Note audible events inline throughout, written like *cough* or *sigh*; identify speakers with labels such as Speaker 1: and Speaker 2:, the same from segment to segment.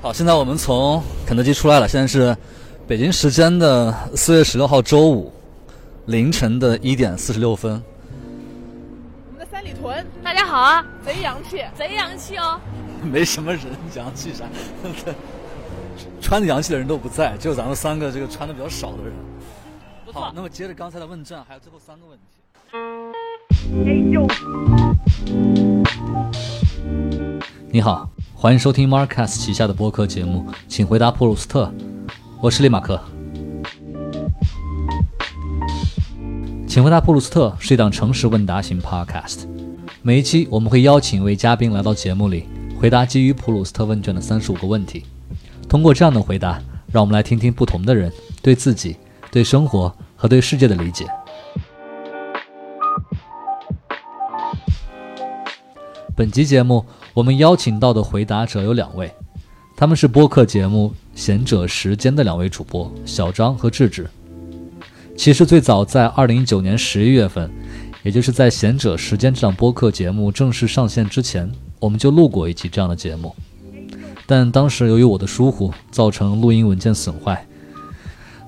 Speaker 1: 好，现在我们从肯德基出来了，现在是北京时间的四月十六号周五凌晨的一点四十六分。
Speaker 2: 我们的三里屯
Speaker 3: 大家好啊，
Speaker 2: 贼洋气，
Speaker 3: 贼洋气哦！
Speaker 1: *laughs* 没什么人洋气啥， *laughs* 穿的洋气的人都不在，只有咱们三个这个穿的比较少的人。
Speaker 3: 不
Speaker 1: 好，
Speaker 3: 错，
Speaker 1: 那么接着刚才的问战，还有最后三个问题。你好，欢迎收听 Marcus 旗下的播客节目，请回答普鲁斯特。我是利马克。请回答普鲁斯特是一档诚实问答型 podcast，每一期我们会邀请一位嘉宾来到节目里，回答基于普鲁斯特问卷的三十五个问题。通过这样的回答，让我们来听听不同的人对自己、对生活和对世界的理解。本集节目我们邀请到的回答者有两位，他们是播客节目《贤者时间》的两位主播小张和智智。其实最早在二零一九年十一月份，也就是在《贤者时间》这档播客节目正式上线之前，我们就录过一期这样的节目。但当时由于我的疏忽，造成录音文件损坏。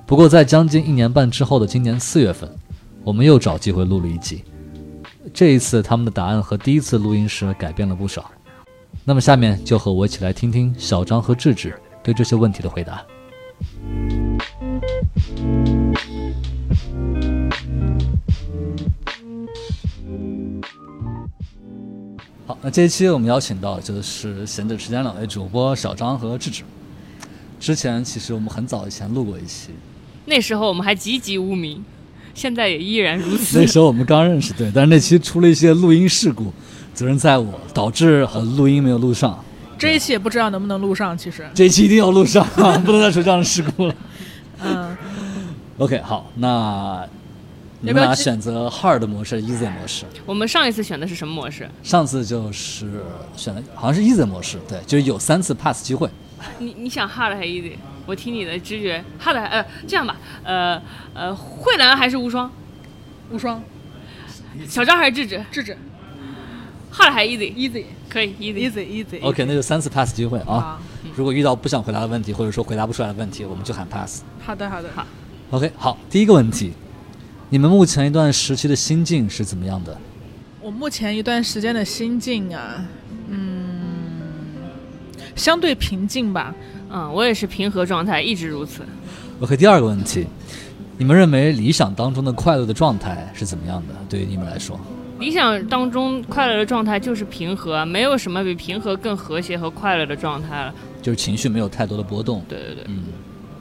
Speaker 1: 不过，在将近一年半之后的今年四月份，我们又找机会录了一集。这一次，他们的答案和第一次录音时改变了不少。那么，下面就和我一起来听听小张和智智对这些问题的回答。好，那这一期我们邀请到的就是闲着时间两位主播小张和智智。之前其实我们很早以前录过一期，
Speaker 3: 那时候我们还籍籍无名，现在也依然如此
Speaker 1: 那。时候我们刚认识，对，但是那期出了一些录音事故，责任在我，导致呃录音没有录上。
Speaker 2: 这一期也不知道能不能录上，其实，
Speaker 1: 这一期一定要录上，不能再出这样的事故了。
Speaker 2: 嗯，
Speaker 1: *laughs* OK，好，那你们
Speaker 2: 要不要
Speaker 1: 俩
Speaker 2: 去
Speaker 1: 选择 hard 模式、easy 模式。
Speaker 3: *laughs* 我们上一次选的是什么模式？
Speaker 1: 上次就是选了，好像是 easy 模式，对，就是有三次 pass 机会。
Speaker 3: 你你想 hard 还 easy？我听你的直觉，hard 还呃这样吧，呃呃慧兰还是无双，
Speaker 2: 无双、
Speaker 3: 小张还是智智
Speaker 2: 智智
Speaker 3: ，hard 还 easy？
Speaker 2: ，easy
Speaker 3: 可以 easy。
Speaker 2: easy easy。
Speaker 1: OK，那就三次 pass 机会啊
Speaker 2: 好。
Speaker 1: 如果遇到不想回答的问题，或者说回答不出来的问题，我们就喊 pass。
Speaker 2: 好的好的，
Speaker 3: 好
Speaker 1: OK，好，第一个问题，你们目前一段时期的心境是怎么样的？
Speaker 2: 我目前一段时间的心境啊，嗯，相对平静吧。
Speaker 3: 嗯，我也是平和状态，一直如此。
Speaker 1: OK，第二个问题，你们认为理想当中的快乐的状态是怎么样的？对于你们来说，
Speaker 3: 理想当中快乐的状态就是平和，没有什么比平和更和谐和快乐的状态了。
Speaker 1: 就是情绪没有太多的波动。
Speaker 3: 对对对，
Speaker 1: 嗯，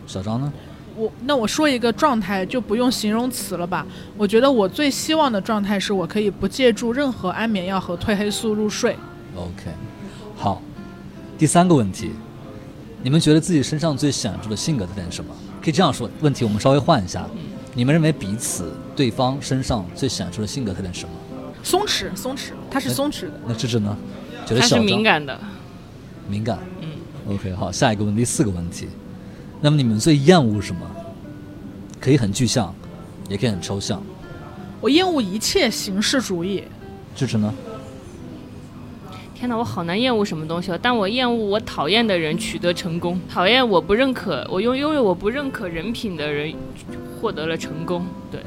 Speaker 1: 小张呢？
Speaker 2: 我那我说一个状态就不用形容词了吧？我觉得我最希望的状态是我可以不借助任何安眠药和褪黑素入睡。
Speaker 1: 嗯 OK，好，第三个问题，你们觉得自己身上最显著的性格特点是什么？可以这样说，问题我们稍微换一下，你们认为彼此对方身上最显著的性格特点是什么？
Speaker 2: 松弛，松弛，它是松弛的。
Speaker 1: 那智智呢？觉得
Speaker 3: 他
Speaker 1: 小
Speaker 3: 是
Speaker 1: 张
Speaker 3: 敏感的，
Speaker 1: 敏感，
Speaker 3: 嗯。
Speaker 1: OK，好，下一个问题，第四个问题，那么你们最厌恶什么？可以很具象，也可以很抽象。
Speaker 2: 我厌恶一切形式主义，
Speaker 1: 智智呢？
Speaker 3: 天哪，我好难厌恶什么东西哦！但我厌恶我讨厌的人取得成功，讨厌我不认可，我拥拥有我不认可人品的人获得了成功，对，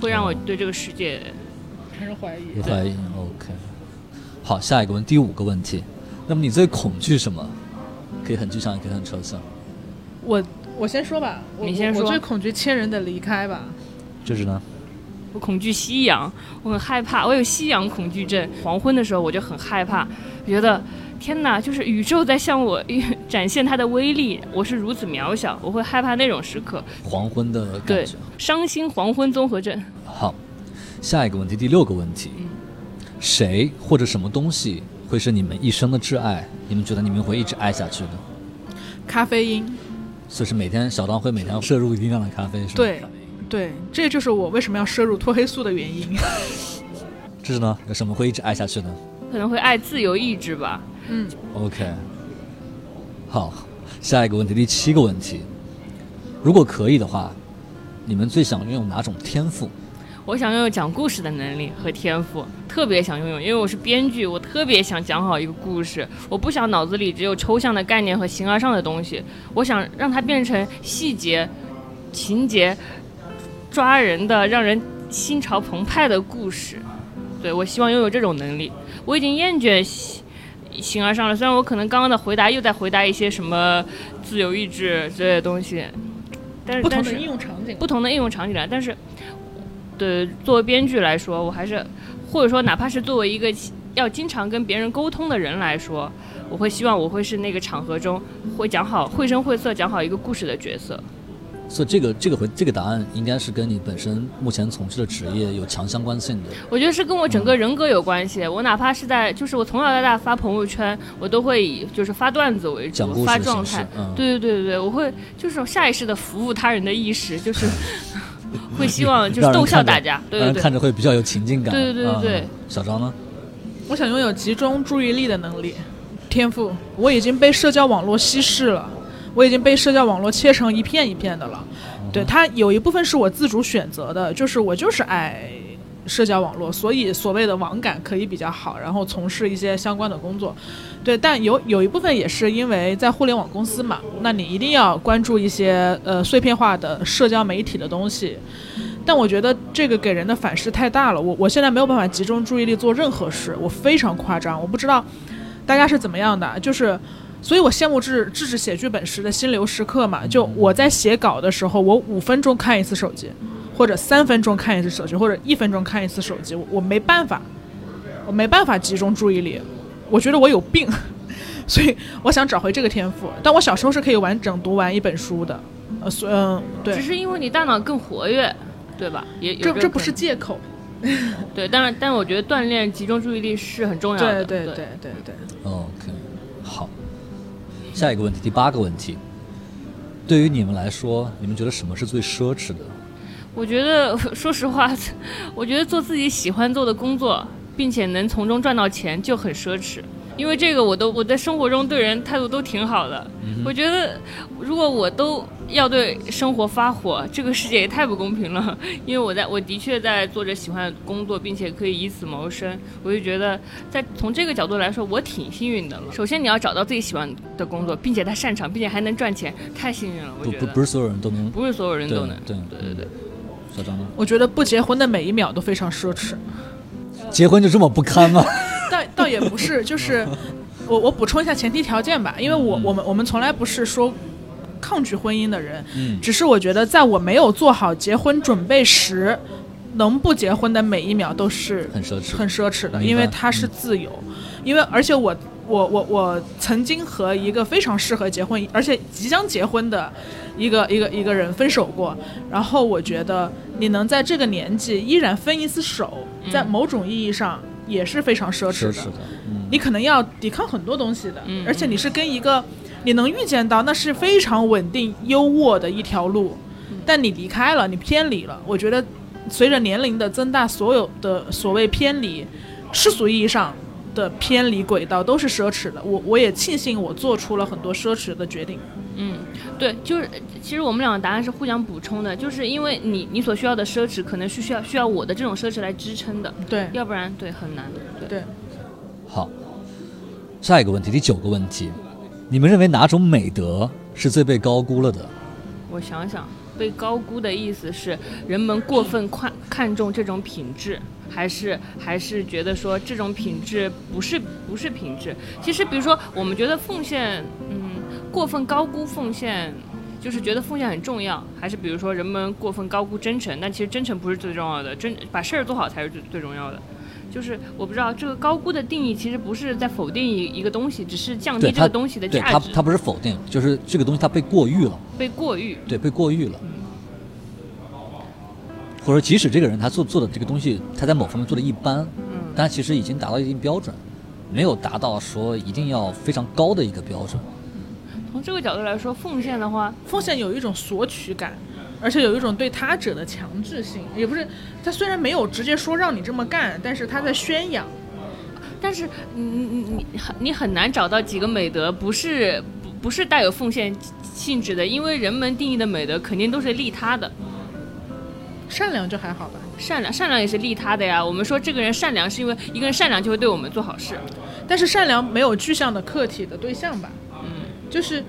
Speaker 3: 会让我对这个世界
Speaker 2: 产生怀疑。
Speaker 1: 有怀疑。OK，好，下一个问，第五个问题，那么你最恐惧什么？可以很具象，也可以很抽象。
Speaker 2: 我我先说吧，我
Speaker 3: 你先说
Speaker 2: 我最恐惧亲人的离开吧。
Speaker 1: 智智呢？
Speaker 3: 我恐惧夕阳，我很害怕，我有夕阳恐惧症。黄昏的时候我就很害怕，觉得天哪，就是宇宙在向我展现它的威力，我是如此渺小，我会害怕那种时刻。
Speaker 1: 黄昏的感
Speaker 3: 对
Speaker 1: 觉。，
Speaker 3: 伤心黄昏综合症，
Speaker 1: 好，下一个问题，第六个问题，
Speaker 3: 嗯
Speaker 1: 谁或者什么东西会是你们一生的挚爱？你们觉得你们会一直爱下去的？
Speaker 2: 咖啡因，
Speaker 1: 所以是每天小张会每天摄入一定量的咖啡，是吗？
Speaker 2: 对，对，这就是我为什么要摄入褪黑素的原 *laughs* 因。
Speaker 1: 智智呢？有什么会一直爱下去呢？
Speaker 3: 可能会爱自由意志吧。
Speaker 2: 嗯，
Speaker 1: OK，好，下一个问题，第七个问题，如果可以的话，你们最想拥有哪种天赋？
Speaker 3: 我想拥有讲故事的能力和天赋，特别想拥有，因为我是编剧，我特别想讲好一个故事。我不想脑子里只有抽象的概念和形而上的东西，我想让它变成细节、情节、抓人的、让人心潮澎湃的故事。对我希望拥有这种能力。我已经厌倦形形而上了，虽然我可能刚刚的回答又在回答一些什么自由意志之类的东西，但是
Speaker 2: 不同
Speaker 3: 但
Speaker 2: 的
Speaker 3: 是
Speaker 2: 应用场景。
Speaker 3: 不同的应用场景来，但是对作为编剧来说，我还是或者说哪怕是作为一个要经常跟别人沟通的人来说，我会希望我会是那个场合中会讲好绘声绘色讲好一个故事的角色。
Speaker 1: 所以这个这个回这个答案应该是跟你本身目前从事的职业有强相关性的。
Speaker 3: 我觉得是跟我整个人格有关系。我哪怕是在就是我从小到大发朋友圈，我都会以就是发段子为
Speaker 1: 讲
Speaker 3: 主，
Speaker 1: 故
Speaker 3: 发
Speaker 1: 事的
Speaker 3: 状
Speaker 1: 形式
Speaker 3: 态。，
Speaker 1: 嗯，
Speaker 3: 对对对对对，我会就是下意识的服务他人的意识，就是 *laughs* 会希望就
Speaker 1: 让人
Speaker 3: 是逗笑
Speaker 1: 看着
Speaker 3: 大家。对
Speaker 1: 让
Speaker 3: 对
Speaker 1: 人
Speaker 3: 对。
Speaker 1: 看着会比较有情境感。
Speaker 3: 对对对对对
Speaker 1: 嗯小张呢？
Speaker 2: 我想拥有集中注意力的能力、天赋。我已经被社交网络稀释了，我已经被社交网络切成一片一片的了。对，它有一部分是我自主选择的，就是我就是爱社交网络，所以所谓的网感可以比较好，然后从事一些相关的工作。对，但有有一部分也是因为在互联网公司嘛，那你一定要关注一些呃碎片化的社交媒体的东西。但我觉得这个给人的反噬太大了，我我现在没有办法集中注意力做任何事，我非常夸张，我不知道大家是怎么样的，就是。所以我羡慕智智智写剧本时的心流时刻嘛，就我在写稿的时候，我五分钟看一次手机，或者三分钟看一次手机，或者一分钟看一次手机，我我没办法，我没办法集中注意力，我觉得我有病， *laughs* 所以我想找回这个天赋。但我小时候是可以完整读完一本书的，呃，所嗯、对
Speaker 3: 只，是因为你大脑更活跃，对吧？也有
Speaker 2: 这
Speaker 3: 个
Speaker 2: 这不是
Speaker 3: 可
Speaker 2: 借口，
Speaker 3: 能对，但是但是我觉得锻炼集中注意力是很重要
Speaker 2: 对
Speaker 3: 的。
Speaker 2: 对
Speaker 3: 对
Speaker 2: 对对对。
Speaker 1: OK，好，下一个问题，第八个问题，对于你们来说，你们觉得什么是最奢侈的？
Speaker 3: 我觉得 *laughs* 说实话，我觉得做自己喜欢做的工作，并且能从中赚到钱就很奢侈。因为这个，我都我在生活中对人态度都挺好的。
Speaker 1: 嗯
Speaker 3: 我觉得，如果我都要对生活发火，这个世界也太不公平了。 *laughs* 因为我在我的确在做着喜欢的工作，并且可以以此谋生，我就觉得在从这个角度来说，我挺幸运的了。首先，你要找到自己喜欢的工作，并且他擅长，并且还能赚钱，太幸运了。我
Speaker 1: 不
Speaker 3: 觉
Speaker 1: 不
Speaker 3: 得
Speaker 1: 不是所有人都能，
Speaker 3: 不是所有人
Speaker 1: 对
Speaker 3: 都能。
Speaker 1: 对
Speaker 3: 对对对。
Speaker 1: 小张呢？
Speaker 2: 我觉得不结婚的每一秒都非常奢
Speaker 3: *laughs*
Speaker 2: 侈，
Speaker 1: 结婚就这么不堪吗？
Speaker 2: 倒倒也不是，就是
Speaker 3: 嗯
Speaker 2: 我我补充一下前提条件吧，因为我我们我们从来不是说抗拒婚姻的人，
Speaker 1: 嗯
Speaker 2: 只是我觉得在我没有做好结婚准备时，能不结婚的每一秒都是
Speaker 1: 很奢侈，
Speaker 2: 很奢侈的，
Speaker 1: 明白
Speaker 2: 因为它是自由，因为而且我我我我曾经和一个非常适合结婚，而且即将结婚的一个一个一个人分手过，然后我觉得你能在这个年纪依然分一次手，在某种意义上也是非常奢侈
Speaker 1: 奢
Speaker 2: 的，
Speaker 1: 侈的，嗯，
Speaker 2: 你可能要抵抗很多东西的，
Speaker 3: 嗯
Speaker 2: 而且你是跟一个你能预见到那是非常稳定优渥的一条路，但你离开了，你偏离了。我觉得随着年龄的增大，所有的所谓偏离，世俗意义上的偏离轨道都是奢侈的。我我也庆幸我做出了很多奢侈的决定。
Speaker 3: 嗯，对，就是其实我们两个答案是互相补充的，就是因为你你所需要的奢侈，可能是需要需要我的这种奢侈来支撑的，
Speaker 2: 对
Speaker 3: 要不然对很难的。对，
Speaker 2: 对，
Speaker 1: 好。下一个问题，第九个问题，你们认为哪种美德是最被高估了的？
Speaker 3: 我想想，被高估的意思是人们过分看看重这种品质，还是还是觉得说这种品质不是不是品质？其实比如说，我们觉得奉献，嗯，过分高估奉献。就是觉得奉献很重要，还是比如说人们过分高估真诚，但其实真诚不是最重要的，真把事儿做好才是最最重要的。就是我不知道这个高估的定义，其实不是在否定一一个东西，只是降低
Speaker 1: 对
Speaker 3: 这个
Speaker 1: 它
Speaker 3: 东西的
Speaker 1: 对
Speaker 3: 价
Speaker 1: 它，
Speaker 3: 值，
Speaker 1: 它不是否定，就是这个东西它被过誉了，
Speaker 3: 被过誉。
Speaker 1: 对，被过誉了。或者说即使这个人他做做的这个东西，他在某方面做的一般，
Speaker 3: 嗯，
Speaker 1: 但其实已经达到一定标准，没有达到说一定要非常高的一个标准。
Speaker 3: 从这个角度来说，奉献的话，
Speaker 2: 奉献有一种索取感，而且有一种对他者的强制性，也不是他虽然没有直接说让你这么干，但是他在宣扬。
Speaker 3: 但是你你你很你很难找到几个美德不是不不是带有奉献性质的，因为人们定义的美德肯定都是利他的。
Speaker 2: 善良就还好吧，
Speaker 3: 善良，善良也是利他的呀。我们说这个人善良，是因为一个人善良就会对我们做好事。
Speaker 2: 但是善良没有具象的客体的对象吧？嗯，就是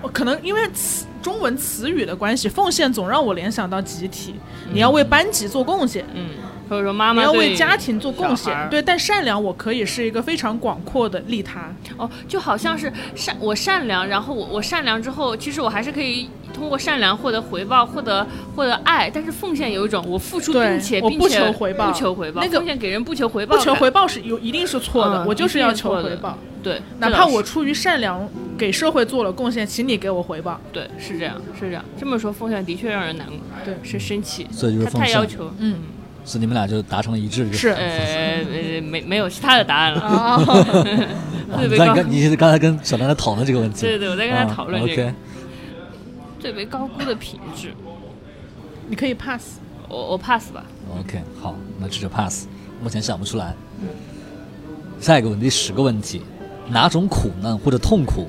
Speaker 2: 我可能因为词中文词语的关系，奉献总让我联想到集体，你要为班级做贡献，
Speaker 3: 嗯，或者说妈
Speaker 2: 你
Speaker 3: 妈
Speaker 2: 要
Speaker 3: 嗯对
Speaker 2: 为家庭做贡
Speaker 3: 小
Speaker 2: 献，
Speaker 3: 孩儿
Speaker 2: 对。但善良，我可以是一个非常广阔的利他，
Speaker 3: 哦，就好像是善，我善良，然后我我善良之后，其实我还是可以通过善良获得回报，获得获得爱，但是奉献有一种我付出
Speaker 2: 对
Speaker 3: 并且
Speaker 2: 我
Speaker 3: 并
Speaker 2: 不
Speaker 3: 且
Speaker 2: 求回报
Speaker 3: 不求回报，
Speaker 2: 那个
Speaker 3: 奉献给人不求回报
Speaker 2: 不
Speaker 3: 感，
Speaker 2: 求回报是有一定是错的，
Speaker 3: 嗯
Speaker 2: 我就是要求
Speaker 3: 一定
Speaker 2: 回
Speaker 3: 是错
Speaker 2: 报
Speaker 3: 的，对，
Speaker 2: 哪
Speaker 3: 这
Speaker 2: 怕
Speaker 3: 倒是
Speaker 2: 我出于善良给社会做了贡献，请你给我回报。
Speaker 3: 对是这样是这样，这么说奉献的确让人难过，
Speaker 2: 对
Speaker 3: 是生气，
Speaker 1: 所以就是
Speaker 3: 他
Speaker 1: 奉
Speaker 3: 太要
Speaker 1: 献，
Speaker 3: 求，
Speaker 2: 嗯，
Speaker 1: 所以你们俩就达成了一致。
Speaker 2: 是
Speaker 3: 呃呃没没有其他的答案了，
Speaker 2: 啊，
Speaker 3: 对
Speaker 1: 你
Speaker 3: 被
Speaker 1: 看，
Speaker 3: 高
Speaker 1: 你看，你是刚才跟小张在讨论这个问题，
Speaker 3: 对对，我在跟他讨论这个、
Speaker 1: 啊、
Speaker 3: 最为高估的品质，
Speaker 2: *laughs* 你可以 pass。
Speaker 3: 我我 pass 吧，
Speaker 1: OK OK，好，那这就 pass，目前想不出来。
Speaker 3: 嗯
Speaker 1: 下一个问题，第十个问题，哪种苦难或者痛苦，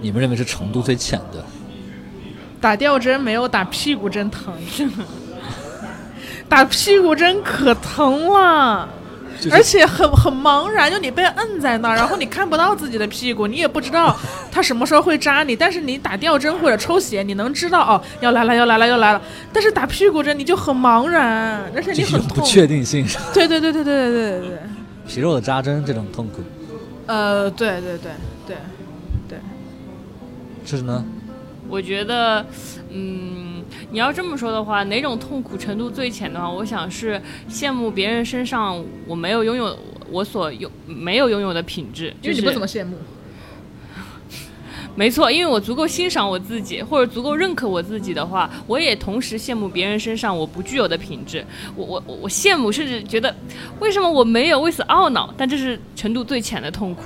Speaker 1: 你们认为是程度最浅的？
Speaker 2: 打吊针没有打屁股针疼， *laughs* 打屁股针可疼了，
Speaker 1: 就是
Speaker 2: 而且很很茫然，就你被摁在那儿，然后你看不到自己的屁股，你也不知道 *laughs* 它什么时候会扎你。但是你打吊针或者抽血，你能知道哦，要来了，要来了，要来了。但是打屁股针你就很茫然，而
Speaker 3: *laughs*
Speaker 2: 且
Speaker 1: 这
Speaker 2: 你
Speaker 1: 种
Speaker 2: 很
Speaker 1: 不
Speaker 2: 痛。
Speaker 1: 确定性， *laughs*
Speaker 2: 对对对对对对对对对，
Speaker 1: 皮肉的扎针这种痛苦，
Speaker 2: 呃，对对对对，
Speaker 1: 这是呢？
Speaker 3: 我觉得，嗯，你要这么说的话，哪种痛苦程度最浅的话，我想是羡慕别人身上我没有拥有我所有没有拥有的品质，
Speaker 2: 因为你不怎么羡慕。
Speaker 3: 没错，因为我足够欣赏我自己，或者足够认可我自己的话，我也同时羡慕别人身上我不具有的品质。我我我我羡慕，甚至觉得为什么我没有，为此懊恼。但这是程度最浅的痛苦。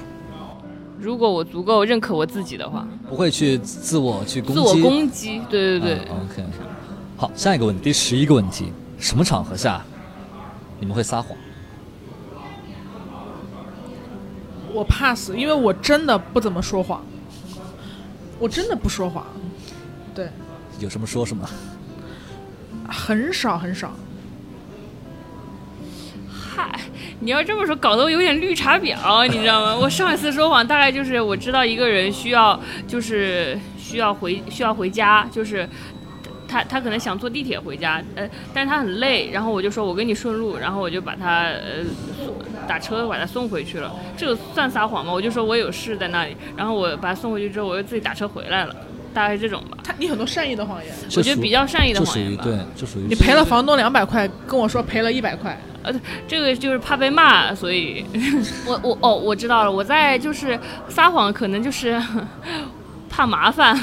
Speaker 3: 如果我足够认可我自己的话，
Speaker 1: 不会去自我去攻
Speaker 3: 自
Speaker 1: 击，
Speaker 3: 我攻击，对对对，
Speaker 1: 嗯 OK，好，下一个问题，第十一个问题，什么场合下你们会撒谎？
Speaker 2: 我 pass，因为我真的不怎么说谎，我真的不说谎，对，
Speaker 1: 有什么说什么？
Speaker 2: 很少很少。
Speaker 3: 嗨，你要这么说，搞得我有点绿茶婊，你知道吗？我上一次说谎大概就是我知道一个人需要，就是需要回需要回家，就是他他可能想坐地铁回家，呃，但是他很累，然后我就说我跟你顺路，然后我就把他呃送打车把他送回去了，这个算撒谎吗？我就说我有事在那里，然后我把他送回去之后，我又自己打车回来了，大概是这种吧。
Speaker 2: 他你很多善意的谎言，
Speaker 1: 这
Speaker 3: 我觉
Speaker 1: 属
Speaker 3: 得比较善意的
Speaker 1: 就属
Speaker 3: 谎
Speaker 1: 于
Speaker 3: 言吧。
Speaker 1: 对，就属于
Speaker 2: 你赔了房东两百块，跟我说赔了一百块，
Speaker 3: 呃，这个就是怕被骂，
Speaker 1: *laughs*
Speaker 3: 所以我我哦，我知道了，我在就是撒谎，可能就是 *laughs* 怕麻烦，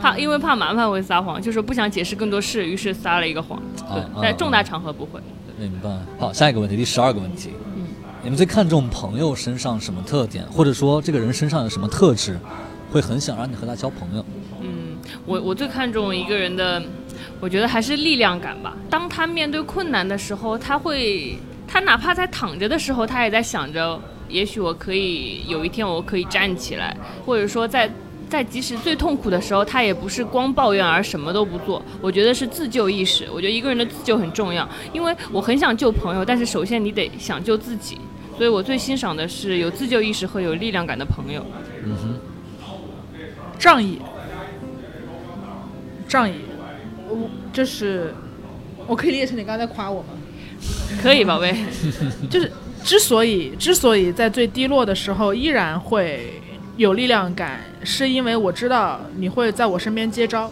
Speaker 3: 怕
Speaker 1: 嗯
Speaker 3: 因为怕麻烦会撒谎，就是不想解释更多事，于是撒了一个谎。对，
Speaker 1: 啊
Speaker 3: 在
Speaker 1: 啊
Speaker 3: 重大场合不会。
Speaker 1: 明白。好，下一个问题，第十二个问题，
Speaker 3: 嗯
Speaker 1: 你们最看重朋友身上什么特点，或者说这个人身上有什么特质，会很想让你和他交朋友？
Speaker 3: 我我最看重一个人的，我觉得还是力量感吧。当他面对困难的时候，他会，他哪怕在躺着的时候，他也在想着，也许我可以有一天我可以站起来，或者说在在即使最痛苦的时候，他也不是光抱怨而什么都不做。我觉得是自救意识，我觉得一个人的自救很重要，因为我很想救朋友，但是首先你得想救自己。所以我最欣赏的是有自救意识和有力量感的朋友。
Speaker 1: 嗯哼，
Speaker 2: 仗义，仗义，我就是我可以理解成你刚才在夸我吗？
Speaker 3: 可以，宝贝。
Speaker 2: 就是之所以之所以在最低落的时候依然会有力量感，是因为我知道你会在我身边接招，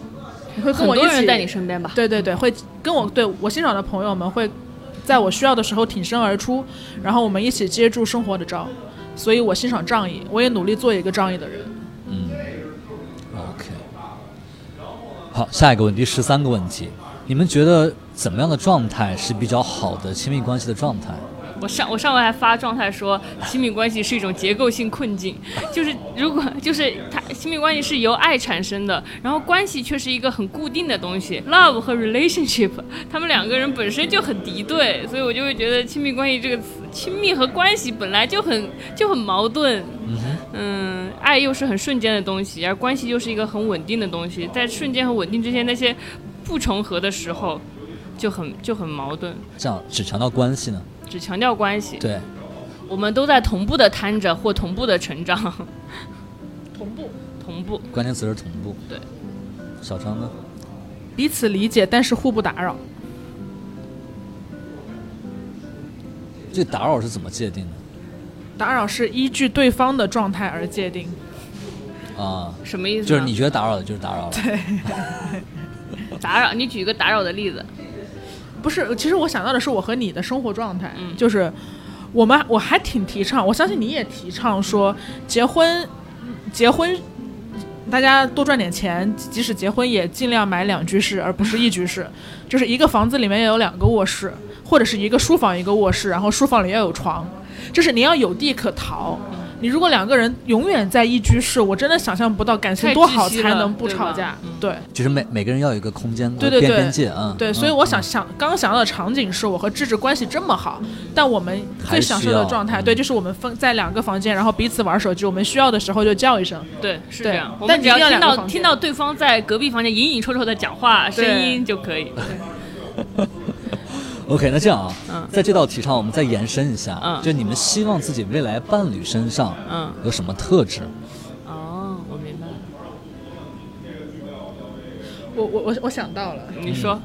Speaker 2: 你会跟
Speaker 3: 很
Speaker 2: 我一
Speaker 3: 多
Speaker 2: 起
Speaker 3: 人在你身边吧？
Speaker 2: 对对对，会跟我对我欣赏的朋友们会在我需要的时候挺身而出，然后我们一起接住生活的招。所以我欣赏仗义，我也努力做一个仗义的人。
Speaker 1: 嗯，OK。好，下一个问题，十三个问题，你们觉得怎么样的状态是比较好的亲密关系的状态？
Speaker 3: 我上我上回还发状态说，亲密关系是一种结构性困境，就是如果就是它亲密关系是由爱产生的，然后关系却是一个很固定的东西，love 和 relationship，他们两个人本身就很敌对，所以我就会觉得亲密关系这个词，亲密和关系本来就很就很矛盾，嗯，爱又是很瞬间的东西，而关系又是一个很稳定的东西，在瞬间和稳定之间那些不重合的时候，就很就很矛盾，
Speaker 1: 这样只强调关系呢？
Speaker 3: 只强调关系，
Speaker 1: 对，
Speaker 3: 我们都在同步的摊着或同步的成长，
Speaker 2: 同步，
Speaker 3: 同步。
Speaker 1: 关键词是同步。
Speaker 3: 对，
Speaker 1: 小张呢？
Speaker 2: 彼此理解，但是互不打扰。
Speaker 1: 这打扰是怎么界定
Speaker 2: 打扰是依据对方的状态而界定。
Speaker 1: 的？啊，
Speaker 3: 什么意思呢？
Speaker 1: 就是你觉得打扰的，就是打扰了。
Speaker 3: 打扰，你举一个打扰的例子。
Speaker 2: 不是，其实我想到的是我和你的生活状态，
Speaker 3: 嗯
Speaker 2: 就是我们我还挺提倡，我相信你也提倡说结婚，结婚。大家多赚点钱，即使结婚也尽量买两居室，而不是一居
Speaker 3: *laughs*
Speaker 2: 室。就是一个房子里面要有两个卧室，或者是一个书房一个卧室，然后书房里要有床，就是你要有地可逃。
Speaker 3: 嗯
Speaker 2: 你如果两个人永远在一居室，我真的想象不到感情
Speaker 3: 太
Speaker 2: 多
Speaker 3: 窒
Speaker 2: 好
Speaker 3: 息
Speaker 2: 才
Speaker 3: 了
Speaker 2: 能不
Speaker 3: 对
Speaker 2: 吵
Speaker 3: 吧
Speaker 2: 架
Speaker 3: 嗯。
Speaker 2: 对，
Speaker 1: 就是每每个人要有一个空间和
Speaker 2: 对对
Speaker 1: 边
Speaker 2: 对
Speaker 1: 边界啊。
Speaker 2: 对，
Speaker 1: 嗯
Speaker 2: 所以我
Speaker 1: 嗯
Speaker 2: 想想，刚刚想到的场景是我和智智关系这么好，但我们最享受的状
Speaker 1: 还需要嗯
Speaker 2: 态，对，就是我们分在两个房间，然后彼此玩手机，我们需要的时候就叫一声。
Speaker 3: 对，是
Speaker 2: 对
Speaker 3: 这样。我
Speaker 2: 但
Speaker 3: 们
Speaker 2: 你一
Speaker 3: 只
Speaker 2: 定要
Speaker 3: 听
Speaker 2: 两个
Speaker 3: 到
Speaker 2: 房间
Speaker 3: 听到对方在隔壁房间隐隐绰绰的讲话声
Speaker 2: 对
Speaker 3: 音就可以。
Speaker 1: OK，那这样啊，
Speaker 3: 嗯
Speaker 1: 在这道题上我们再延伸一下，
Speaker 3: 嗯
Speaker 1: 就你们希望自己未来伴侣身上
Speaker 2: *laughs*
Speaker 3: 嗯，
Speaker 1: 有什么特质？
Speaker 3: 哦，我明白了。
Speaker 2: 我我我我想到了，
Speaker 3: 你说，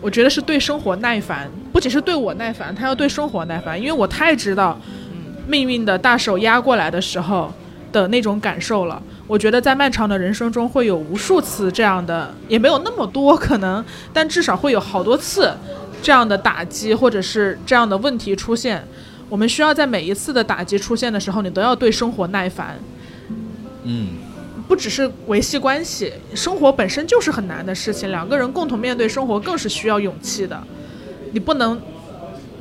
Speaker 2: 我觉得是对生活耐烦，不仅是对我耐烦，他要对生活耐烦，因为我太知道嗯命运的大手压过来的时候的那种感受了。我觉得在漫长的人生中，会有无数次这样的，也没有那么多可能，但至少会有好多次这样的打击或者是这样的问题出现。我们需要在每一次的打击出现的时候，你都要对生活耐烦，
Speaker 1: 嗯，
Speaker 2: 不只是维系关系，生活本身就是很难的事情，两个人共同面对生活更是需要勇气的。你不能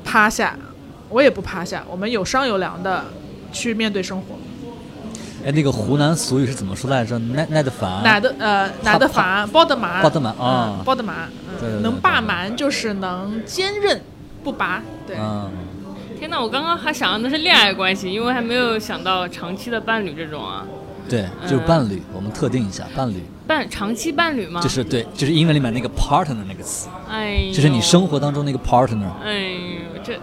Speaker 2: 趴下，我也不趴下，我们有商有量的去面对生活。
Speaker 1: 哎，那个湖南俗语是怎么说来着？耐耐得烦，
Speaker 2: 哪的呃哪的烦，包的麻，
Speaker 1: 啊包得蛮啊
Speaker 2: 嗯包的麻，
Speaker 1: 对对对
Speaker 2: 嗯，能霸蛮就是能坚韧不拔，对，
Speaker 1: 嗯，
Speaker 3: 天哪，我刚刚还想到的是恋爱关系，因为还没有想到长期的伴侣这种啊。
Speaker 1: 对，就是
Speaker 2: 嗯
Speaker 1: 伴侣，我们特定一下，伴侣
Speaker 3: 伴长期伴侣吗？
Speaker 1: 就，是对，就是英文里面那个 partner 那个词，
Speaker 3: 哎，
Speaker 1: 就是你生。活当中那个 partner。
Speaker 3: 哎呦，这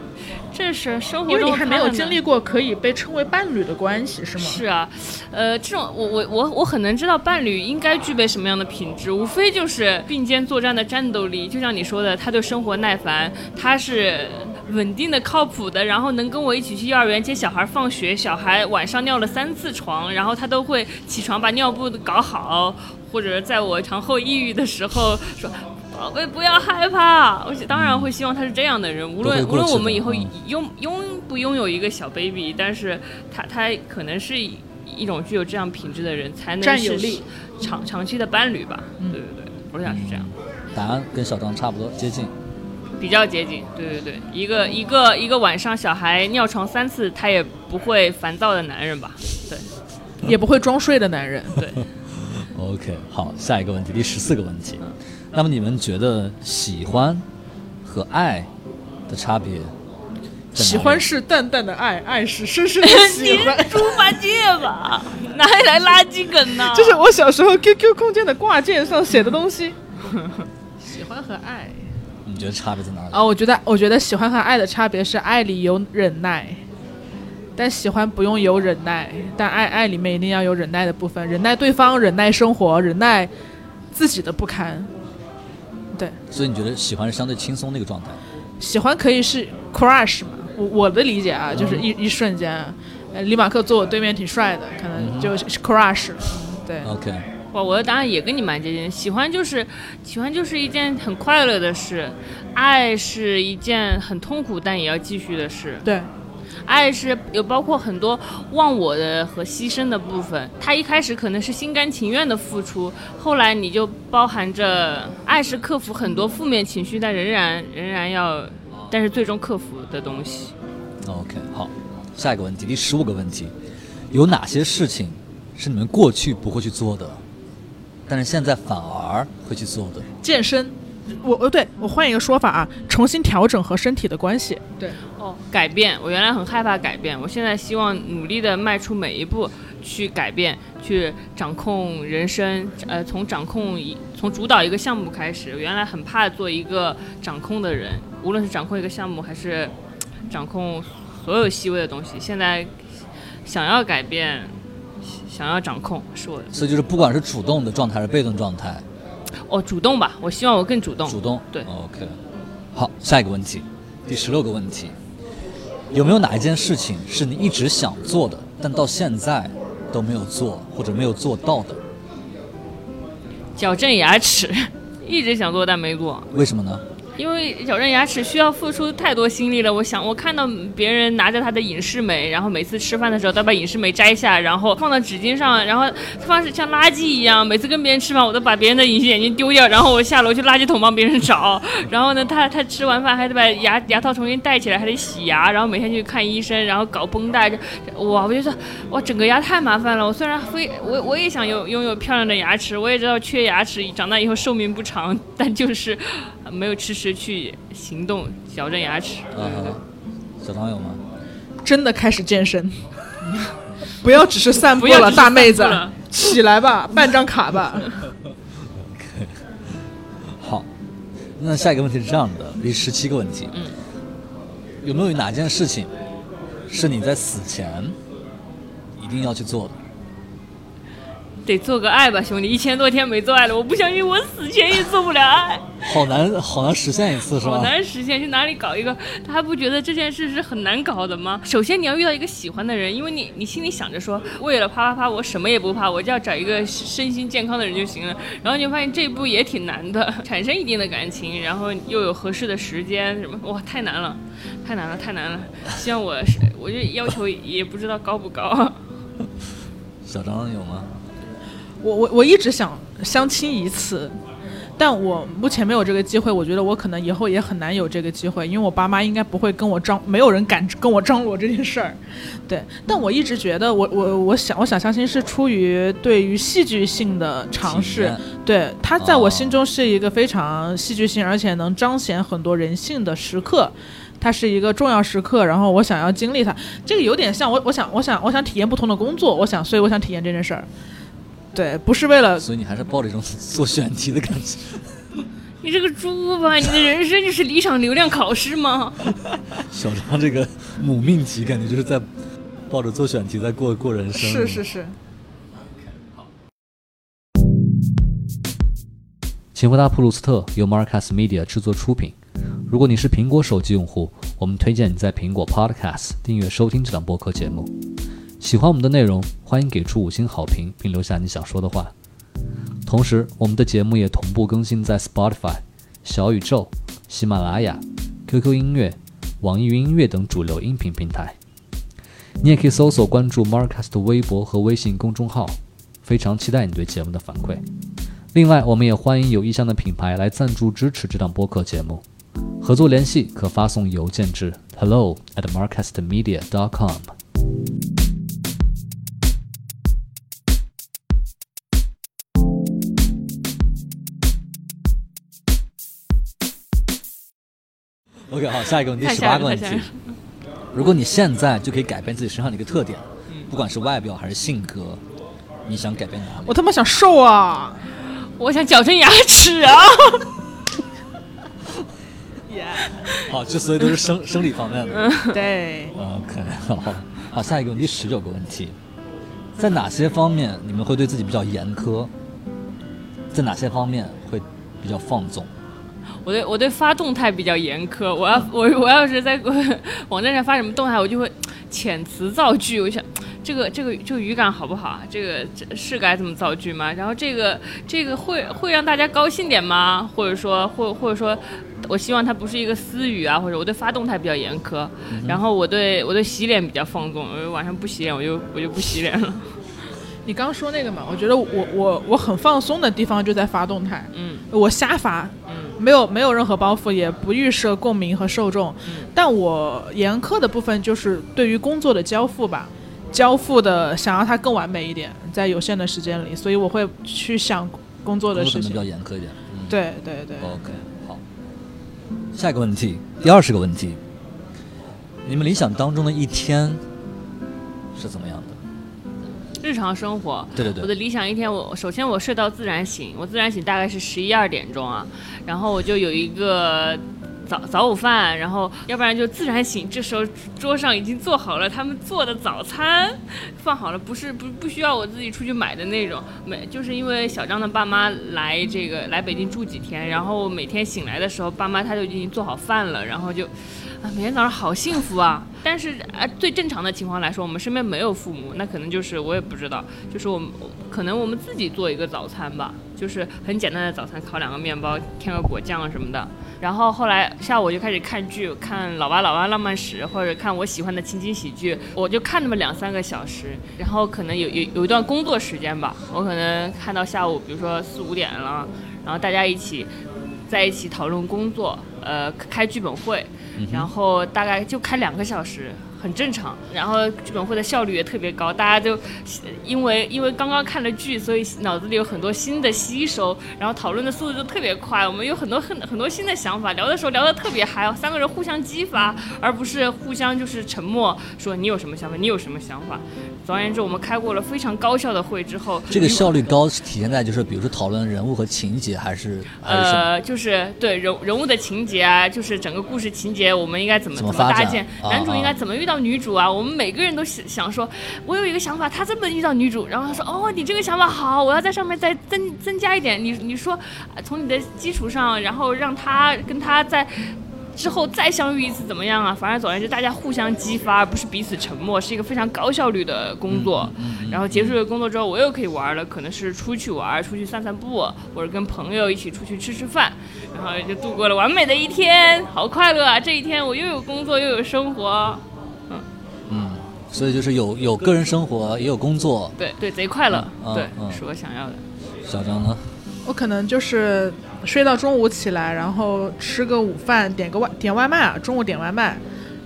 Speaker 3: 这是生活
Speaker 2: 因为
Speaker 3: 中
Speaker 2: 你还没有
Speaker 3: 太难
Speaker 2: 经历过可以被称为伴侣的关系，是吗？
Speaker 3: 是啊，呃，这种我我我我很能知道伴侣应该具备什么样的品质，无非就是并肩作战的战斗力，就像你说的，他对生活耐烦，他是稳定的、靠谱的，然后能跟我一起去幼儿园接小孩放学，小孩晚上尿了三次床，然后他都会起床把尿布搞好，或者在我产后抑郁的时候说。宝贝，不要害怕！我当然会希望他是这样的人，无
Speaker 1: 都
Speaker 3: 论
Speaker 1: 会过
Speaker 3: 无论
Speaker 1: 去
Speaker 3: 我
Speaker 1: 的
Speaker 3: 们以后
Speaker 1: 嗯
Speaker 3: 拥拥不拥有一个小 baby，但是他他可能是一一种具有这样品质的人才能
Speaker 2: 占有
Speaker 3: 是
Speaker 2: 力
Speaker 3: 长长期的伴侣吧。对对对，我想是这样，
Speaker 1: 答案跟小张差不多，接近。
Speaker 3: 比较接近。对对对，一个一个一个晚上小孩尿床三次，他也不会烦躁的男人吧？对
Speaker 2: 也不会装睡的
Speaker 1: *laughs*
Speaker 2: 男人。
Speaker 3: 对，
Speaker 1: OK，好，下一个问题，第十四个问题。
Speaker 2: 嗯
Speaker 1: 那么你们觉得喜欢和爱的差别在哪里？
Speaker 2: 喜欢是淡淡的爱，爱是深深的喜
Speaker 3: 你
Speaker 1: *laughs*
Speaker 2: 欢。
Speaker 3: 是猪八戒吧？哪里来垃圾梗呢？
Speaker 2: 这是我小时候 QQ 空间的挂件上写的东西。喜欢和爱 *laughs*
Speaker 1: 你觉得差别在哪里？
Speaker 2: 啊，我觉得我觉得喜欢和爱的差别是爱里有忍耐，但喜欢不用有忍耐，但爱爱里面一定要有忍耐的部分，忍耐对方，忍耐生活，忍耐自己的不堪。对，
Speaker 1: 所以你觉得喜欢是相对轻松的一个状态？
Speaker 2: 喜欢可以是 crush 嘛？我我的理解啊，就是一一瞬间啊，呃，李马克坐我对面挺帅的，可能就是 crush 了。嗯对，
Speaker 1: OK，
Speaker 3: 哇，我的答案也跟你蛮接近的。喜欢就是喜欢就是一件很快乐的事，爱是一件很痛苦但也要继续的事。
Speaker 2: 对，
Speaker 3: 爱是有包括很多忘我的和牺牲的部分。他一开始可能是心甘情愿的付出，后来你就包含着爱是克服很多负面情绪，但仍然仍然要，但是最终克服的东西。
Speaker 1: OK，好，下一个问题，第十五个问题，有哪些事情是你们过去不会去做的，但是现在反而会去做的？
Speaker 2: 呃健身。我哦，对我换一个说法啊，重新调整和身体的关系。对，
Speaker 3: 哦，改变。我原来很害怕改变，我现在希望努力的迈出每一步去改变，去掌控人生。呃，从掌控一，从主导一个项目开始。原来很怕做一个掌控的人，呃无论是掌控一个项目，还是掌控所有细微的东西。现在想要改变，想要掌控，是我的
Speaker 1: 所以就是不管是主动的状态还是被动状态，
Speaker 3: 哦，主动吧。我希望我更主动。
Speaker 1: 主动
Speaker 3: 哦对
Speaker 1: OK，好，下一个问题，第十六个问题，有没有哪一件事情是你一直想做的，但到现在都没有做或者没有做到的？
Speaker 3: 矫正牙齿， *laughs* 一直想做但没做。
Speaker 1: 为什么呢？
Speaker 3: 因为矫正牙齿需要付出太多心力了。我想，我看到别人拿着他的隐适美，然后每次吃饭的时候，他把隐适美摘下，然后放到纸巾上，然后放是像垃圾一样。每次跟别人吃饭，我都把别人的隐形眼镜丢掉，然后我下楼去垃圾桶帮别人找。然后呢，他他吃完饭还得把牙牙套重新戴起来，还得洗牙，然后每天去看医生，然后搞绷带。哇，我就说，哇，整个牙太麻烦了。我虽然非我我也想有拥有漂亮的牙齿，我也知道缺牙齿长大以后寿命不长，但就是没有迟迟去行动矫正牙齿。
Speaker 1: 啊、小唐有吗？
Speaker 2: 真的开始健
Speaker 3: *laughs*
Speaker 2: 身，不要只是散步
Speaker 3: 不要只
Speaker 2: 了，
Speaker 3: 是
Speaker 2: 大妹
Speaker 3: 散
Speaker 2: 子
Speaker 3: *laughs* 步了，
Speaker 2: 起来吧，办张卡吧。
Speaker 1: 好，那下一个问题是这样的，第十七个问题，
Speaker 3: 嗯，
Speaker 1: 有没有哪件事情是你在死前一定要去做的？
Speaker 3: 得做个爱吧，兄弟，一千多天没做爱了，我不相信我死前也做不了爱，
Speaker 1: 好难，好难实现一次是
Speaker 3: 好
Speaker 1: 吧？
Speaker 3: 难实现。去哪里搞一个？他还不觉得这件事是很难搞的吗？首先你要遇到一个喜欢的人，因为你你心里想着说，为了啪啪啪，我什么也不怕，我就要找一个身心健康的人就行了。然后你就发现这一步也挺难的，产生一定的感情，然后又有合适的时间，什么哇，太难了，太难了，太难了。希望我是，我就要求也不知道高不高。
Speaker 1: 小张有吗？
Speaker 2: 我我我一直想相亲一次，但我目前没有这个机会。我觉得我可能以后也很难有这个机会，因为我爸妈应该不会跟我张，没有人敢跟我张罗这件事儿。对，但我一直觉得我，我我想我想相亲是出于对于戏剧性的尝
Speaker 1: 体
Speaker 2: 试
Speaker 1: 验，
Speaker 2: 对它在
Speaker 1: 哦
Speaker 2: 我心中是一个非常戏剧性，而且能彰显很多人性的时刻。它是一个重要时刻，然后我想要经历它，这个有点像我，我想，我想，我想体验不同的工作，我想，所以我想体验这件事儿，对，不是为了
Speaker 1: 所以你还是抱着一种 *laughs* 做选题的感觉。
Speaker 3: 你这个猪吧，你的人生就是理想流量考试吗？
Speaker 1: 小张这个母命题，感觉就是在抱着做选题在过过人生。
Speaker 2: 是是。是，
Speaker 1: 请回答普鲁斯特由 Marcus Media 制作出品。如果你是苹果手机用户，我们推荐你在苹果 Podcast 订阅收听这档播客节目。喜欢我们的内容，欢迎给出五星好评，并留下你想说的话。同时，我们的节目也同步更新在 Spotify、小宇宙、喜马拉雅、QQ 音乐、网易云音乐等主流音频平台。你也可以搜索关注 Marcus 的微博和微信公众号，非常期待你对节目的反馈。另外，我们也欢迎有意向的品牌来赞助支持这档播客节目。合作联系可发送邮件至 hello at marcastmedia.com。OK，好，下一个问题，
Speaker 3: 太
Speaker 1: 十八
Speaker 3: 吓人
Speaker 1: 个
Speaker 3: 了
Speaker 1: 问
Speaker 3: 太
Speaker 1: 题
Speaker 3: 吓人了。
Speaker 1: 如果你现在就可以改变自己身上的一个特点，不管是外表还是性格，你想改变哪里
Speaker 2: 我？他妈想瘦啊！
Speaker 3: 我想矫正牙齿啊！
Speaker 1: 好，这所以都是生生理方面的。嗯
Speaker 2: 对，
Speaker 1: OK，好，好，下一个问题，十九个问题，在哪些方面你们会对自己比较严苛？在哪些方面会比较放纵？
Speaker 3: 我对我对发动态比较严苛，我要我我要是在网站上发什么动态，我就会遣词造句。我就想这个这个这个语感好不好啊？这个这是该这么造句吗？然后这个这个会会让大家高兴点吗？或者说或或者说，我希望它不是一个私语啊，或者我对发动态比较严苛，然后我对我对洗脸比较放纵，我晚上不洗脸，我就我就不洗脸了。
Speaker 2: 你刚说那个嘛，我觉得我我我很放松的地方就在发动态，
Speaker 3: 嗯
Speaker 2: 我瞎发，
Speaker 3: 嗯
Speaker 2: 没有没有任何包袱，也不预设共鸣和受众。
Speaker 1: 嗯
Speaker 2: 但我严苛的部分就是对于工作的交付吧，交付的想要它更完美一点，在有限的时间里，所以我会去想工作的
Speaker 1: 工作可
Speaker 2: 事
Speaker 1: 能比较
Speaker 2: 情。
Speaker 1: 严苛一点。嗯，
Speaker 2: 对对对，
Speaker 1: OK，好。下一个问题，第二十个问题，你们理想当中的一天是怎么样的？
Speaker 3: 日常生活，
Speaker 1: 对对对
Speaker 3: 我的理想一天我，首先我睡到自然醒，我自然醒大概是十一二点钟啊，然后我就有一个早早午饭，然后要不然就自然醒，这时候桌上已经做好了他们做的早餐，放好了，不是不不需要我自己出去买的那种，每就是因为小张的爸妈来这个来北京住几天，然后每天醒来的时候，爸妈他就已经做好饭了，然后就。啊，每天早上好幸福啊！但是啊，最正常的情况来说，我们身边没有父母，那可能就是我也不知道，就是我们可能我们自己做一个早餐吧，就是很简单的早餐，烤两个面包，添个果酱什么的。然后后来下午我就开始看剧，看《老爸老妈浪漫史》或者看我喜欢的情景喜剧，我就看那么两三个小时，然后可能有有有一段工作时间吧，我可能看到下午，比如说四五点了，然后大家一起在一起讨论工作，呃，开剧本会，
Speaker 1: 嗯
Speaker 3: 然后大概就开两个小时，很正常。然后剧本会的效率也特别高，大家就因为因为刚刚看了剧，所以脑子里有很多新的吸收，然后讨论的速度就特别快。我们有很多很很多新的想法，聊的时候聊得特别嗨，三个人互相激发，而不是互相就是沉默说你有什么想法，你有什么想法。总而言之，我们开过了非常高效的会之后，
Speaker 1: 这个
Speaker 3: 愉快
Speaker 1: 效率高是体现在就是比如说讨论人物和情节，还是还是什么？
Speaker 3: 呃，就是对人人物的情节啊，就是整个故事情节，我们应该怎么
Speaker 1: 怎么
Speaker 3: 怎么
Speaker 1: 发
Speaker 3: 搭
Speaker 1: 展
Speaker 3: 建，
Speaker 1: 啊
Speaker 3: 男主应
Speaker 1: 啊
Speaker 3: 该怎么遇到女主啊？我们每个人都想想说，我有一个想法，他这么遇到女主，然后他说，哦，你这个想法好，我要在上面再增增加一点。你你说，呃从你的基础上，然后让他跟他在。之后再相遇一次怎么样啊？反正总而言之，大家互相激发，而不是彼此沉默，是一个非常高效率的工作。
Speaker 1: 嗯
Speaker 3: 然后结束了工作之后，我又可以玩了，可能是出去玩，出去散散步，或者跟朋友一起出去吃吃饭，然后就度过了完美的一天，好快乐啊！这一天我又有工作又有生活，
Speaker 1: 所以就是有有个人生活，也有工作。
Speaker 3: 对对，贼快乐，
Speaker 1: 嗯嗯
Speaker 3: 对，
Speaker 1: 嗯
Speaker 3: 是我想要的。
Speaker 1: 小张呢？
Speaker 2: 我可能就是睡到中午起来，然后吃个午饭，点个外点外卖啊，中午点外卖，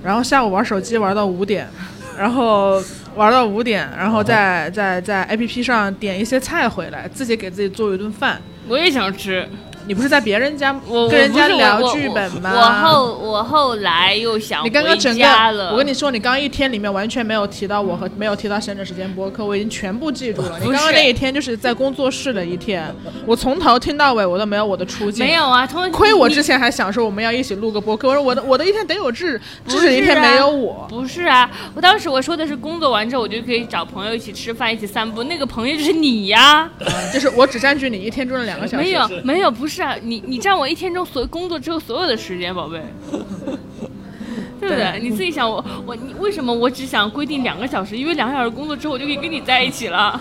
Speaker 2: 然后下午玩手机玩到五点， *laughs* 然后玩到五点，然后
Speaker 1: 哦
Speaker 2: 再再在 APP 上点一些菜回来，自己给自己做一顿饭。
Speaker 3: 我也想吃，
Speaker 2: 你不是在别人家
Speaker 3: 我
Speaker 2: 跟人家
Speaker 3: 我不是
Speaker 2: 聊
Speaker 3: 我我
Speaker 2: 剧本吗？
Speaker 3: 我后我后来又想
Speaker 2: 你刚刚
Speaker 3: 回
Speaker 2: 整
Speaker 3: 家了，
Speaker 2: 个，我跟你说，你刚刚一天里面完全没有提到
Speaker 3: *laughs*
Speaker 2: 我和没有提到闲着时间播客，我已经全部记住了。你
Speaker 3: 不
Speaker 2: 刚刚
Speaker 3: 是
Speaker 2: 那一天就是在工作室的一天，我从头听到尾，我都没有我的出镜。
Speaker 3: 没有啊，通
Speaker 2: 亏我
Speaker 3: 你
Speaker 2: 之前还想说我们要一起录个播客，我说我的我的一天得有志，
Speaker 3: 不
Speaker 2: 志志一天
Speaker 3: 是啊
Speaker 2: 没有我。
Speaker 3: 不是啊，我当时我说的是工作完之后我就可以找朋友一起吃饭，一起散步，那个朋友就是你 *laughs* 呀、
Speaker 2: 就是我只占据你一天中的两个小时。
Speaker 3: 没有没有，不是啊，你你占我一天中所工作之后所有的时间， *laughs* 宝贝。对不对？你自己想我我你为什么我只想规定两个小时？因为两个小时工作之后我就可以跟你在一起了。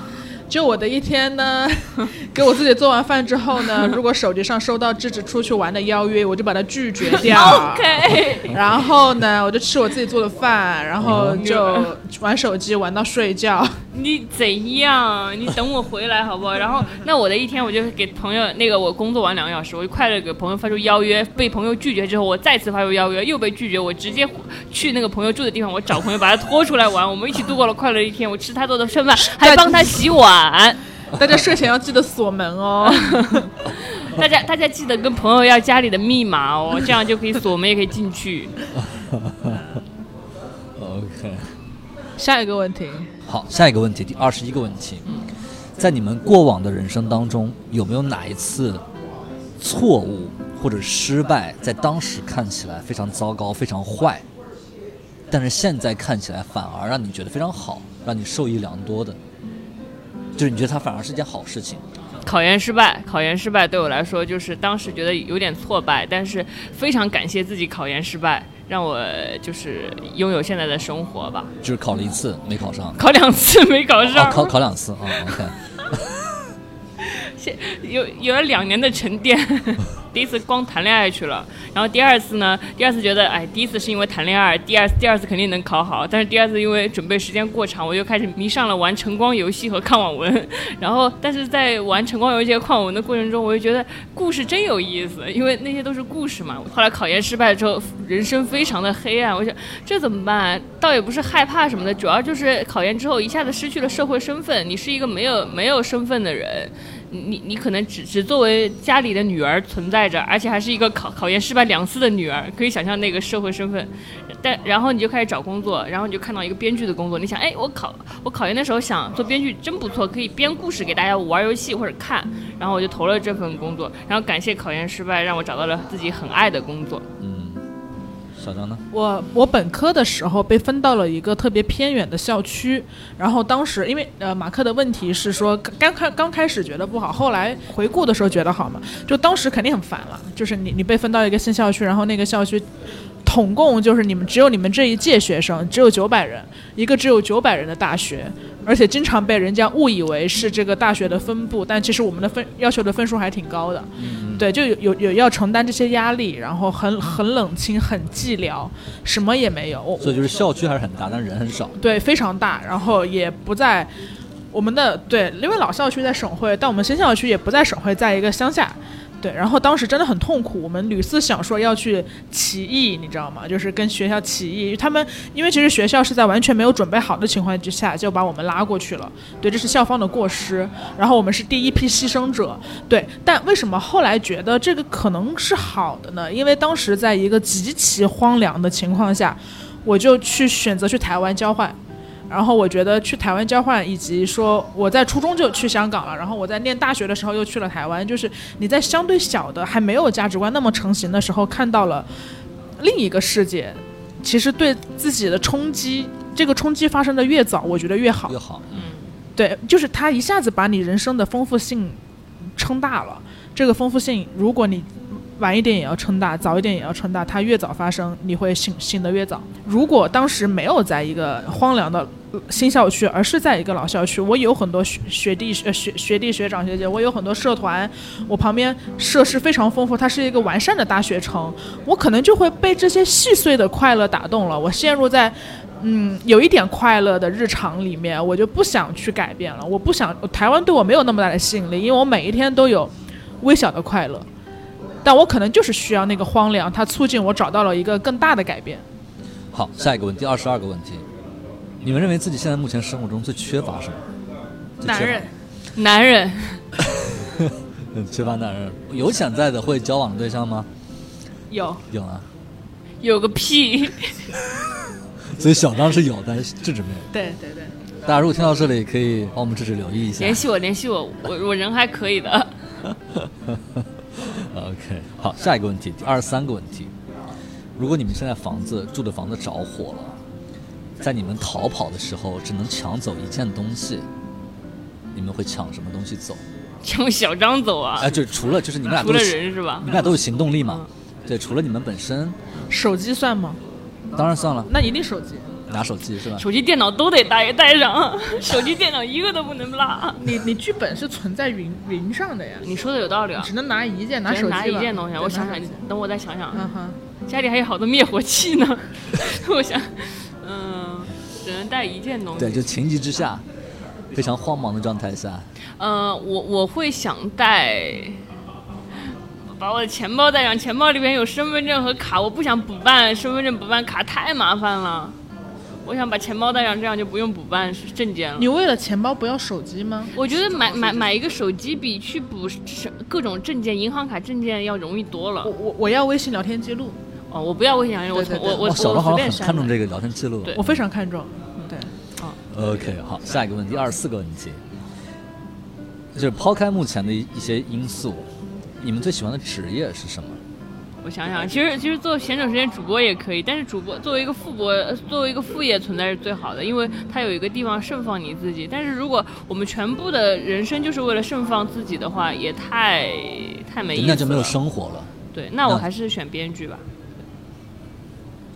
Speaker 2: 就我的一天呢， *laughs* 给我自己做完饭之后呢，如果手机上收到志志出去玩的邀约，我就把它拒绝掉。
Speaker 3: OK，
Speaker 2: *laughs* 然后呢，我就吃我自己做的饭，然后就玩手机玩到睡觉。 *laughs*
Speaker 3: 你怎样？你等我回来好不好？然后那我的一天我就给朋友那个我工作完两个小时，我就快乐给朋友发出邀约，被朋友拒绝之后，我再次发出邀约，又被拒绝，我直接去那个朋友住的地方，我找朋友把他拖出来玩，我们一起度过了快乐的一天。我吃他做的剩饭，还帮他洗碗。
Speaker 2: 大家睡前要记得锁门哦。
Speaker 3: 大家大家记得跟朋友要家里的密码哦，这样就可以锁门也可以进去。
Speaker 1: OK，
Speaker 2: 下一个问题，
Speaker 1: 好，下一个问题，第二十一个问题，在你们过往的人生当中，有没有哪一次错误或者失败，在当时看起来非常糟糕、非常坏，但是现在看起来反而让你觉得非常好，让你受益良多的，就是你觉得它反而是件好事情。
Speaker 3: 考研失败，考研失败对我来说就是当时觉得有点挫败，但是非常感谢自己考研失败，让我就是拥有现在的生活吧。
Speaker 1: 就是考了一次没考上，
Speaker 3: 考两次没考
Speaker 1: 啊
Speaker 3: 上，，
Speaker 1: 考考两次啊，OK，
Speaker 3: 有有了两年的沉淀。 *laughs* 第一次光谈恋爱去了，然后第二次呢？第二次觉得，哎，第一次是因为谈恋爱，第二第二次肯定能考好，但是第二次因为准备时间过长，我就开始迷上了玩晨光游戏和看网文。然后，但是在玩晨光游戏和看网文的过程中，我就觉得故事真有意思，因为那些都是故事嘛。后来考研失败之后，人生非常的黑暗，我想这怎么办？倒也不是害怕什么的，主要就是考研之后一下子失去了社会身份，你是一个没有没有身份的人。你你可能只只作为家里的女儿存在着，而且还是一个考考研失败两次的女儿，可以想象那个社会身份。但然后你就开始找工作，然后你就看到一个编剧的工作，你想，哎，我考我考研的时候想做编剧真不错，可以编故事给大家玩游戏或者看，然后我就投了这份工作，然后感谢考研失败让我找到了自己很爱的工作。
Speaker 1: 嗯，小张呢？
Speaker 2: 我我本科的时候被分到了一个特别偏远的校区，然后当时因为呃马克的问题是说刚开刚开始觉得不好，后来回顾的时候觉得好嘛，就当时肯定很烦了，就是你你被分到一个新校区，然后那个校区。统共就是你们只有你们这一届学生，只有九百人，一个只有九百人的大学，而且经常被人家误以为是这个大学的分布，但其实我们的分要求的分数还挺高的。对，就有有有要承担这些压力，然后很很冷清，很寂寥，什么也没有。我
Speaker 1: 所以就是校区还是很大，但是人很少。
Speaker 2: 对，非常大，然后也不在我们的对，因为老校区在省会，但我们新校区也不在省会，在一个乡下。对，然后当时真的很痛苦，我们屡次想说要去起义，你知道吗？就是跟学校起义，他们因为其实学校是在完全没有准备好的情况之下就把我们拉过去了，对，这是校方的过失，然后我们是第一批牺牲者，对，但为什么后来觉得这个可能是好的呢？因为当时在一个极其荒凉的情况下，我就去选择去台湾交换。然后我觉得去台湾交换，以及说我在初中就去香港了，然后我在念大学的时候又去了台湾，就是你在相对小的还没有价值观那么成型的时候，看到了另一个世界，其实对自己的冲击，这个冲击发生的越早，我觉得越好
Speaker 1: 越。好，
Speaker 2: 对，就是它一下子把你人生的丰富性撑大了。这个丰富性，如果你晚一点也要撑大，早一点也要撑大，它越早发生，你会醒醒得越早。如果当时没有在一个荒凉的呃新校区，而是在一个老校区，我有很多学学弟呃学学弟学长学姐，我有很多社团，我旁边设施非常丰富，它是一个完善的大学城，我可能就会被这些细碎的快乐打动了，我陷入在。嗯，有一点快乐的日常里面，我就不想去改变了。我不想台湾对我没有那么大的吸引力，因为我每一天都有微小的快乐，但我可能就是需要那个荒凉，它促进我找到了一个更大的改变。
Speaker 1: 好，下一个问题，二十二个问题，你们认为自己现在目前生活中最缺乏什么？最缺乏
Speaker 2: 男人，
Speaker 3: 男人，
Speaker 1: 嗯，缺乏男人。有潜在的会交往的对象吗？
Speaker 2: 有
Speaker 1: 有啊，
Speaker 3: 有个屁！
Speaker 1: 所以小张是有，但是智智没有。
Speaker 2: 对对对，
Speaker 1: 大家如果听到这里，可以帮我们智智留意一下
Speaker 3: 联。系我，联系我，我我人还可以的。 *laughs*
Speaker 1: OK，好，下一个问题，第二十三个问题，如果你们现在房子住的房子着火了，在你们逃跑的时候只能抢走一件东西，你们会抢什么东西走？
Speaker 3: 抢小张走啊
Speaker 1: 哎、，就除了就是你们俩
Speaker 3: 除
Speaker 1: 都
Speaker 3: 了
Speaker 1: 是，
Speaker 3: 人是吧
Speaker 1: 你？们俩都有行动力嘛？
Speaker 3: 嗯
Speaker 1: 对，除了你们本身，
Speaker 2: 手机算吗？
Speaker 1: 当然算了，
Speaker 2: 那一定手机。
Speaker 1: 拿手机是吧？
Speaker 3: 手机、电脑都得带带上， *laughs* 手机、电脑一个都不能落。
Speaker 2: 你你剧本是存在云云上的呀，
Speaker 3: 你说的有道理啊
Speaker 2: 只，能拿一件，拿
Speaker 3: 只
Speaker 2: 手机
Speaker 3: 能拿一
Speaker 2: 吧
Speaker 3: 件东西啊。
Speaker 2: 对
Speaker 3: 我想想
Speaker 2: 拿手机，
Speaker 3: 等我再想想啊，
Speaker 2: 嗯哼，
Speaker 3: 家里还有好多灭火器呢。 *laughs* 我想，嗯，只能带一件东西。
Speaker 1: 对，就情急之下，非常慌忙的状态下，
Speaker 3: 呃，我我会想带，把我的钱包带上，钱包里边有身份证和卡，我不想补办身份证，补办卡太麻烦了。我想把钱包带上，这样就不用补办证件了
Speaker 2: 你。为了钱包不要手机吗？
Speaker 3: 我觉得买买买一个手机比去补什各种证件、银行卡证件要容易多了
Speaker 2: 我。我我要微信聊天记录，
Speaker 3: 哦，我不要微信聊天，我
Speaker 2: 哦对对
Speaker 3: 我
Speaker 2: 对
Speaker 3: 我
Speaker 1: 哦，小
Speaker 3: 我
Speaker 1: 张好
Speaker 3: 随
Speaker 1: 像
Speaker 3: 便
Speaker 1: 很看
Speaker 3: 删
Speaker 1: 重
Speaker 3: 的。
Speaker 1: 这个聊天记录。
Speaker 3: 对
Speaker 2: 我非常看重。对，
Speaker 1: OK，好，下一个问题，二十四个问题，就是抛开目前的一一些因素，你们最喜欢的职业是什么？
Speaker 3: 我想想，其实其实做闲整时间主播也可以，但是主播作为一个副播，呃作为一个副业存在是最好的，因为它有一个地方盛放你自己。但是如果我们全部的人生就是为了盛放自己的话，也太太没意思了。
Speaker 1: 那就没有生活了。
Speaker 3: 对，那我
Speaker 1: 那
Speaker 3: 还是选编剧吧。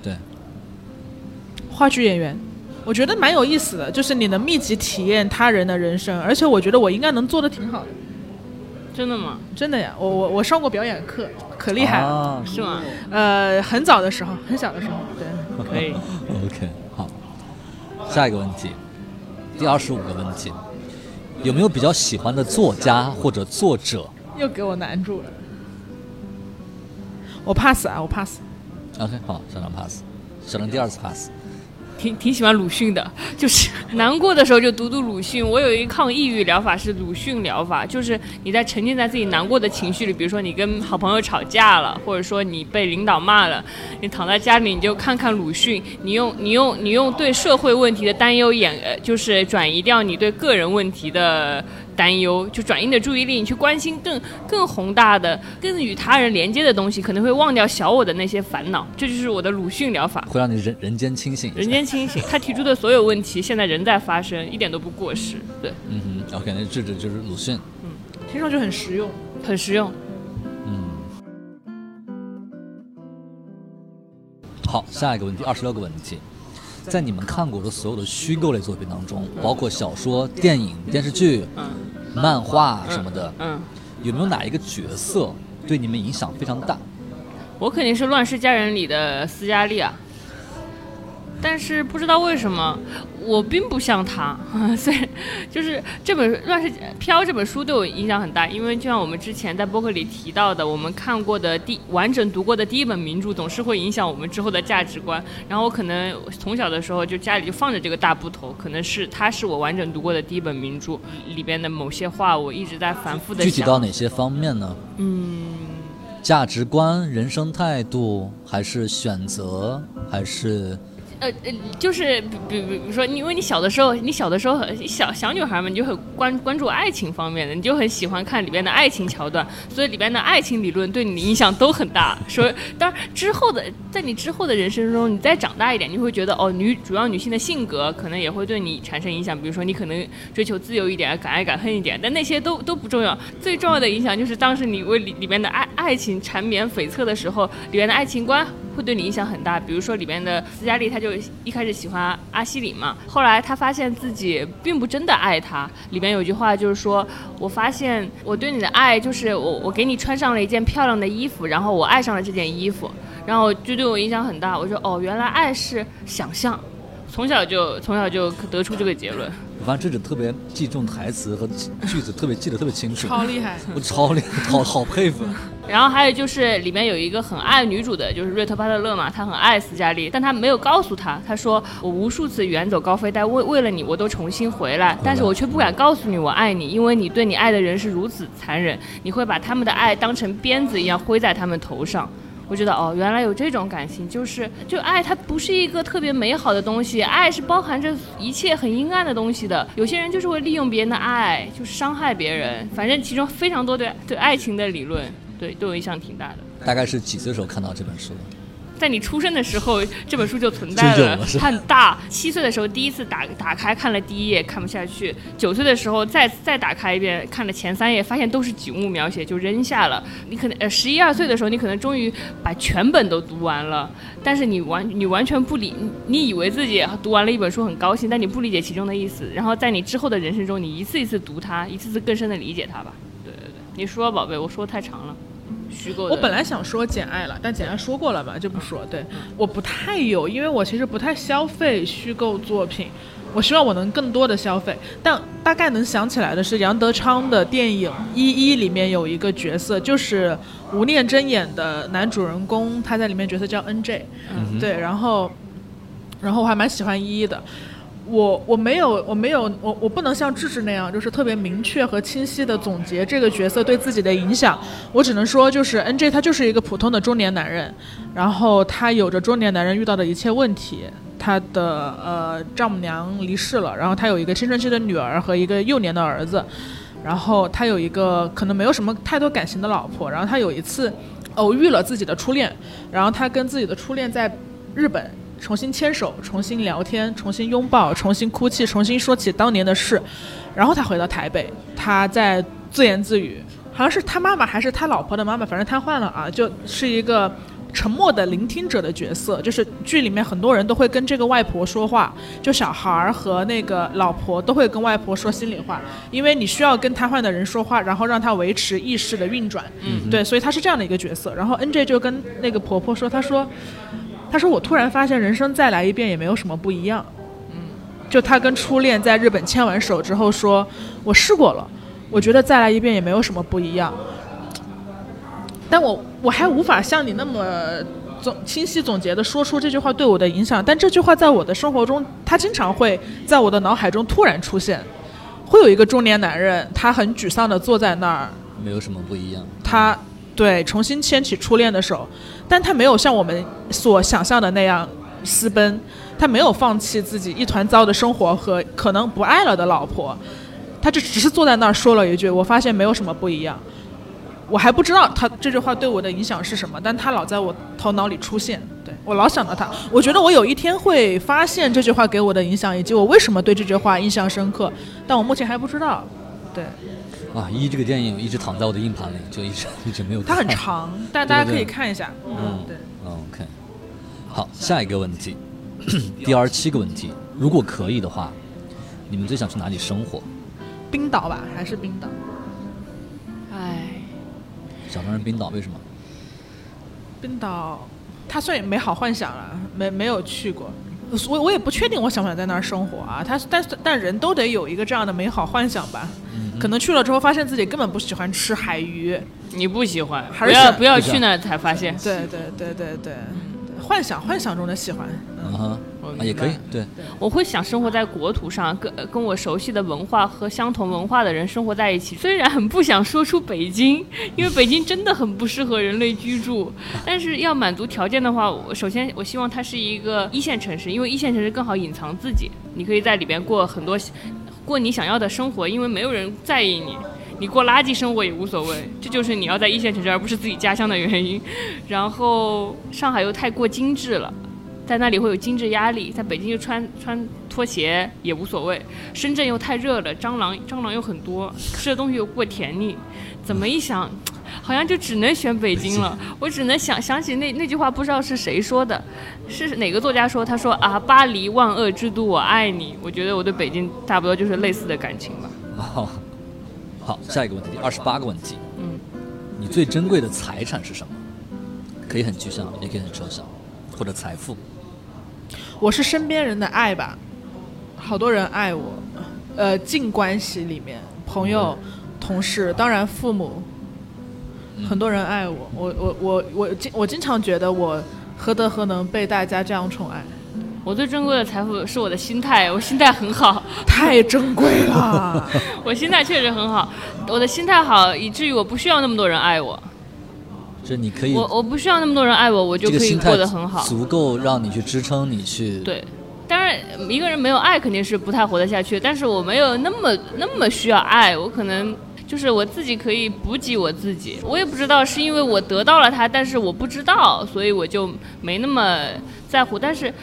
Speaker 1: 对，
Speaker 2: 话剧演员，我觉得蛮有意思的，就是你能密集体验他人的人生，而且我觉得我应该能做的挺好的，
Speaker 3: 真的吗？
Speaker 2: 真的呀，我我我上过表演课，可厉害了。
Speaker 1: 啊
Speaker 3: 是吗？
Speaker 2: 呃，很早的时候，很小的时候，对，
Speaker 3: 可以。
Speaker 1: OK，好，下一个问题，第二十五个问题，有没有比较喜欢的作家或者作者
Speaker 2: 又给我难住了。我 pass 啊，我 pass。
Speaker 1: ？OK，好，小张 pass，小张第二次 pass。
Speaker 3: 挺挺喜欢鲁迅的， *laughs* 就是难过的时候就读读鲁迅。我有一抗抑郁疗法是鲁迅疗法，就是你在沉浸在自己难过的情绪里，比如说你跟好朋友吵架了，或者说你被领导骂了，你躺在家里你就看看鲁迅，你用你用你用对社会问题的担忧掩，呃就是转移掉你对个人问题的。担忧，就转移你的注意力，你去关心更更宏大的、更与他人连接的东西，可能会忘掉小我的那些烦恼。这就是我的鲁迅疗法，
Speaker 1: 会让你人人间清醒一下。
Speaker 3: 人间清醒。他提出的所有问题，现在仍在发生，一点都不过时。对，
Speaker 1: 嗯哼，OK，那智智就是鲁迅。
Speaker 2: 听上去很实用。
Speaker 3: 很实用。
Speaker 1: 嗯。好，下一个问题，二十六个问题，在你们看过的所有的虚构类作品当中，包括小说、电影、电视剧、
Speaker 3: 嗯
Speaker 1: 漫画什么的，
Speaker 3: 嗯，
Speaker 1: 有没有哪一个角色对你们影响非常大？
Speaker 3: 我肯定是《乱世佳人》里的斯嘉丽啊，但是不知道为什么，我并不像她。 *laughs* 虽然就是这本《乱世飘》这本书对我影响很大，因为就像我们之前在播客里提到的，我们看过的第完整读过的第一本名著，总是会影响我们之后的价值观。然后我可能从小的时候就家里就放着这个大部头，可能是它是我完整读过的第一本名著里边的某些话，我一直在反复的
Speaker 1: 具体到
Speaker 3: 想。
Speaker 1: 哪些方面呢？
Speaker 3: 嗯。
Speaker 1: 价值观、人生态度，还是选择，还是
Speaker 3: 呃，呃，就是比比比如说，你因为你小的时候，你小的时候很小小女孩们，你就很关关注爱情方面的，你就很喜欢看里边的爱情桥段，所以里边的爱情理论对你的影响都很大。所以，当然之后的，在你之后的人生中，你再长大一点，你会觉得哦，女主要女性的性格可能也会对你产生影响。比如说，你可能追求自由一点，敢爱敢恨一点，但那些都都不重要。最重要的影响就是当时你为里里边的爱爱情缠绵悱恻的时候，里边的爱情观会对你影响很大。比如说里边的斯嘉丽，她就一开始喜欢阿西里嘛，后来她发现自己并不真的爱他。里边有句话就是说，我发现我对你的爱就是我我给你穿上了一件漂亮的衣服，然后我爱上了这件衣服，然后就对我影响很大。我说哦，原来爱是想象，从小就从小就得出这个结论。
Speaker 1: 我发现智智特别记这种台词和句子，特别记得特别清楚，
Speaker 2: 超厉害，
Speaker 1: 我超厉害，好好佩服。
Speaker 3: 然后还有就是里面有一个很爱女主的，就是瑞特巴特勒嘛，他很爱斯嘉丽，但他没有告诉她，他说我无数次远走高飞，但为为了你我都重新回来，但是我却不敢告诉你我爱你，因为你对你爱的人是如此残忍，你会把他们的爱当成鞭子一样挥在他们头上。我觉得哦，原来有这种感情，就是就爱，它不是一个特别美好的东西，爱是包含着一切很阴暗的东西的。有些人就是会利用别人的爱，就是伤害别人，反正其中非常多对对爱情的理论，对对我影响挺大的。
Speaker 1: 大概是几岁时候看到这本书的？
Speaker 3: 在你出生的时候，这本书就存在
Speaker 1: 就有
Speaker 3: 了
Speaker 1: 了是，吧
Speaker 3: 很大。七岁的时候第一次打打开看了第一页，看不下去；九岁的时候再再打开一遍，看了前三页，发现都是景物描写，就扔下了。你可能呃十一二岁的时候，你可能终于把全本都读完了，但是你完你完全不理，你以为自己读完了一本书很高兴，但你不理解其中的意思。然后在你之后的人生中，你一次一次读它，一次次更深的理解它吧。对对对，你说吧宝贝，我说太长了，虚构的。
Speaker 2: 我本来想说《简爱》了，但《简爱》说过了嘛，就不说。对，我不太有，因为我其实不太消费虚构作品。我希望我能更多的消费，但大概能想起来的是杨德昌的电影《一一》里面有一个角色，就是吴念真演的男主人公，他在里面角色叫 NJ，、对，
Speaker 1: 嗯
Speaker 2: 嗯然后，然后我还蛮喜欢一一的。我我没有我没有我我不能像智智那样，就是特别明确和清晰的总结这个角色对自己的影响。我只能说，就是 N J 他就是一个普通的中年男人，然后他有着中年男人遇到的一切问题。他的呃丈母娘离世了，然后他有一个青春期的女儿和一个幼年的儿子，然后他有一个可能没有什么太多感情的老婆，然后他有一次偶遇了自己的初恋，然后他跟自己的初恋在日本重新牵手、重新聊天、重新拥抱、重新哭泣、重新说起当年的事，然后他回到台北，他在自言自语，好像是他妈妈还是他老婆的妈妈，反正瘫痪了啊，就是一个。沉默的聆听者的角色，就是剧里面很多人都会跟这个外婆说话，就小孩儿和那个老婆都会跟外婆说心里话，因为你需要跟瘫痪的人说话，然后让他维持意识的运转。嗯，对，所以他是这样的一个角色。然后 N J 就跟那个婆婆说，她说，她说我突然发现人生再来一遍也没有什么不一样。就他跟初恋在日本牵完手之后说，我试过了，我觉得再来一遍也没有什么不一样。但我我还无法像你那么总清晰总结的说出这句话对我的影响，但这句话在我的生活中，它经常会在我的脑海中突然出现。会有一个中年男人，他很沮丧的坐在那儿，
Speaker 1: 没有什么不一样。
Speaker 2: 他对重新牵起初恋的手，但他没有像我们所想象的那样私奔，他没有放弃自己一团糟的生活和可能不爱了的老婆，他就只是坐在那儿说了一句：“我发现没有什么不一样。”我还不知道他这句话对我的影响是什么，但他老在我头脑里出现，对我老想到他。我觉得我有一天会发现这句话给我的影响，以及我为什么对这句话印象深刻，但我目前还不知道。对，
Speaker 1: 啊，一这个电影一直躺在我的硬盘里，就一直一直没有
Speaker 2: 它
Speaker 1: 看。
Speaker 2: 很长，但
Speaker 1: 对
Speaker 2: 大家可
Speaker 1: 哎对
Speaker 2: 以看一下。嗯，对。
Speaker 1: 嗯，OK。好，下一个问题，第二七个问题，如果可以的话，你们最想去哪里生活？
Speaker 2: 冰岛吧，还是冰岛？
Speaker 3: 哎，
Speaker 1: 想当然冰岛，为什么？
Speaker 2: 冰岛，它算美好幻想了，没没有去过，我我也不确定我想不想在那儿生活啊。它但是但人都得有一个这样的美好幻想吧。可能去了之后，发现自己根本不喜欢吃海鱼。
Speaker 3: 你不喜欢，
Speaker 2: 还
Speaker 3: 不
Speaker 2: 是
Speaker 3: 要
Speaker 2: 想
Speaker 3: 不要
Speaker 1: 不想
Speaker 3: 去那儿才发现。
Speaker 2: 对对对对对，幻想幻想中的喜欢，
Speaker 1: 嗯
Speaker 2: 嗯，
Speaker 1: 哼，
Speaker 3: 我
Speaker 1: 啊，也可以，对，
Speaker 3: 我会想生活在国土上，跟跟我熟悉的文化和相同文化的人生活在一起。虽然很不想说出
Speaker 2: *laughs*
Speaker 3: 北京，因为北京真的很不适合人类居住，但是要满足条件的话，我首先我希望它是一个一线城市，因为一线城市更好隐藏自己，你可以在里边过很多过你想要的生活，因为没有人在意你。你过垃圾生活也无所谓，这就是你要在一线城市而不是自己家乡的原因。 *laughs* 然后上海又太过精致了，在那里会有精致压力，在北京就穿穿拖鞋也无所谓。深圳又太热了，蟑螂蟑螂又很多，吃的东西又过甜腻，怎么一想，好像就只能选北京了。我只能想想起那那句话，不知道是谁说的，是哪个作家说？他说啊，巴黎万恶之都，我爱你。我觉得我对北京差不多就是类似的感情吧。
Speaker 1: 好， *laughs* 好，下一个问题，第二十八个问题，
Speaker 3: 嗯，
Speaker 1: 你最珍贵的财产是什么？可以很具象，也可以很抽象，或者财富。
Speaker 2: 我是身边人的爱吧，好多人爱我，呃，近关系里面，朋友、同事，当然父母，
Speaker 3: 嗯
Speaker 2: 很多人爱我，我我我我经我经常觉得我何德何能被大家这样宠
Speaker 3: *laughs*
Speaker 2: 爱，
Speaker 3: 我最珍贵的财富是我的心态，我心态很好。 *laughs*
Speaker 2: 太珍贵了。
Speaker 3: 我心态确实很好，我的心态好，以至于我不需要那么多人爱我，
Speaker 1: 就是你可以，
Speaker 3: 我我不需要那么多人爱我，我就
Speaker 1: 这个
Speaker 3: 可以
Speaker 1: 心态
Speaker 3: 过得很好。
Speaker 1: 足够让你去支撑你去。，
Speaker 3: 对，当然一个人没有爱肯定是不太活得下去，但是我没有那么那么需要爱，我可能。就是我自己可以补给我自己，我也不知道是因为我得到了它，但是我不知道，所以我就没那么在乎。但是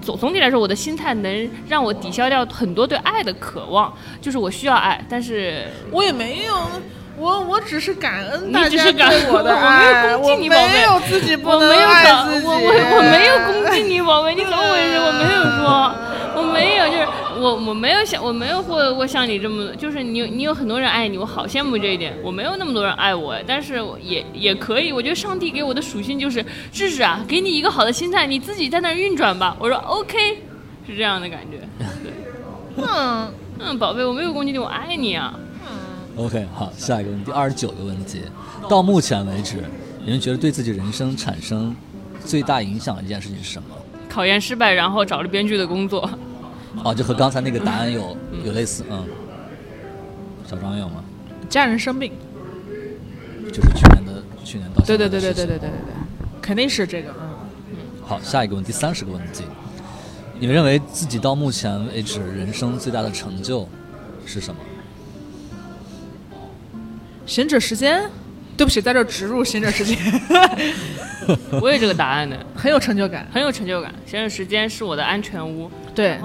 Speaker 3: 总总体来说，我的心态能让我抵消掉很多对爱的渴望。就是我需要爱，但是
Speaker 2: 我也没有，我我只是感恩
Speaker 3: 你
Speaker 2: 大
Speaker 3: 只
Speaker 2: 家
Speaker 3: 是感
Speaker 2: 对我的
Speaker 3: 恩我没有
Speaker 2: 爱，
Speaker 3: 攻击
Speaker 2: 我
Speaker 3: 你宝贝
Speaker 2: 没有自己不
Speaker 3: 我
Speaker 2: 能
Speaker 3: 没有搞
Speaker 2: 爱自己，
Speaker 3: 我我我没有攻击你，宝贝，你怎么回事？我没有说，我没有，就是我我没有想，我没有过过像你这么，就是你有你有很多人爱你，我好羡慕这一点。我没有那么多人爱我，但是我也也可以。我觉得上帝给我的属性就是智智啊，给你一个好的心态，你自己在那儿运转吧。我说 OK，是这样的感觉。对，
Speaker 2: 嗯，
Speaker 3: 嗯，宝贝，我没有攻击你，我爱你啊。
Speaker 1: OK，好，下一个问题，第二十九个问题，到目前为止，你们觉得对自己人生产生最大影响的一件事情是什么？
Speaker 3: 考研失败，然后找了编剧的工作。 *laughs*
Speaker 1: 哦，就和刚才那个答案有有类似，嗯。小张有吗？
Speaker 2: 家人生病，
Speaker 1: 就是去年的去年到
Speaker 2: 对
Speaker 1: 现在
Speaker 2: 对
Speaker 1: 的
Speaker 2: 对
Speaker 1: 事
Speaker 2: 对
Speaker 1: 情
Speaker 2: 对对对对对，肯定是这个，嗯。
Speaker 1: 好，下一个问题，三十个问题，你们认为自己到目前为止人生最大的成就是什么？
Speaker 2: 行者时间，对不起，在这儿植入行者时
Speaker 3: *laughs*
Speaker 2: 间，
Speaker 3: 我有这个答案的，
Speaker 2: 很有成就感。
Speaker 3: 很有成就感。闲着时间是我的安全屋。
Speaker 2: 对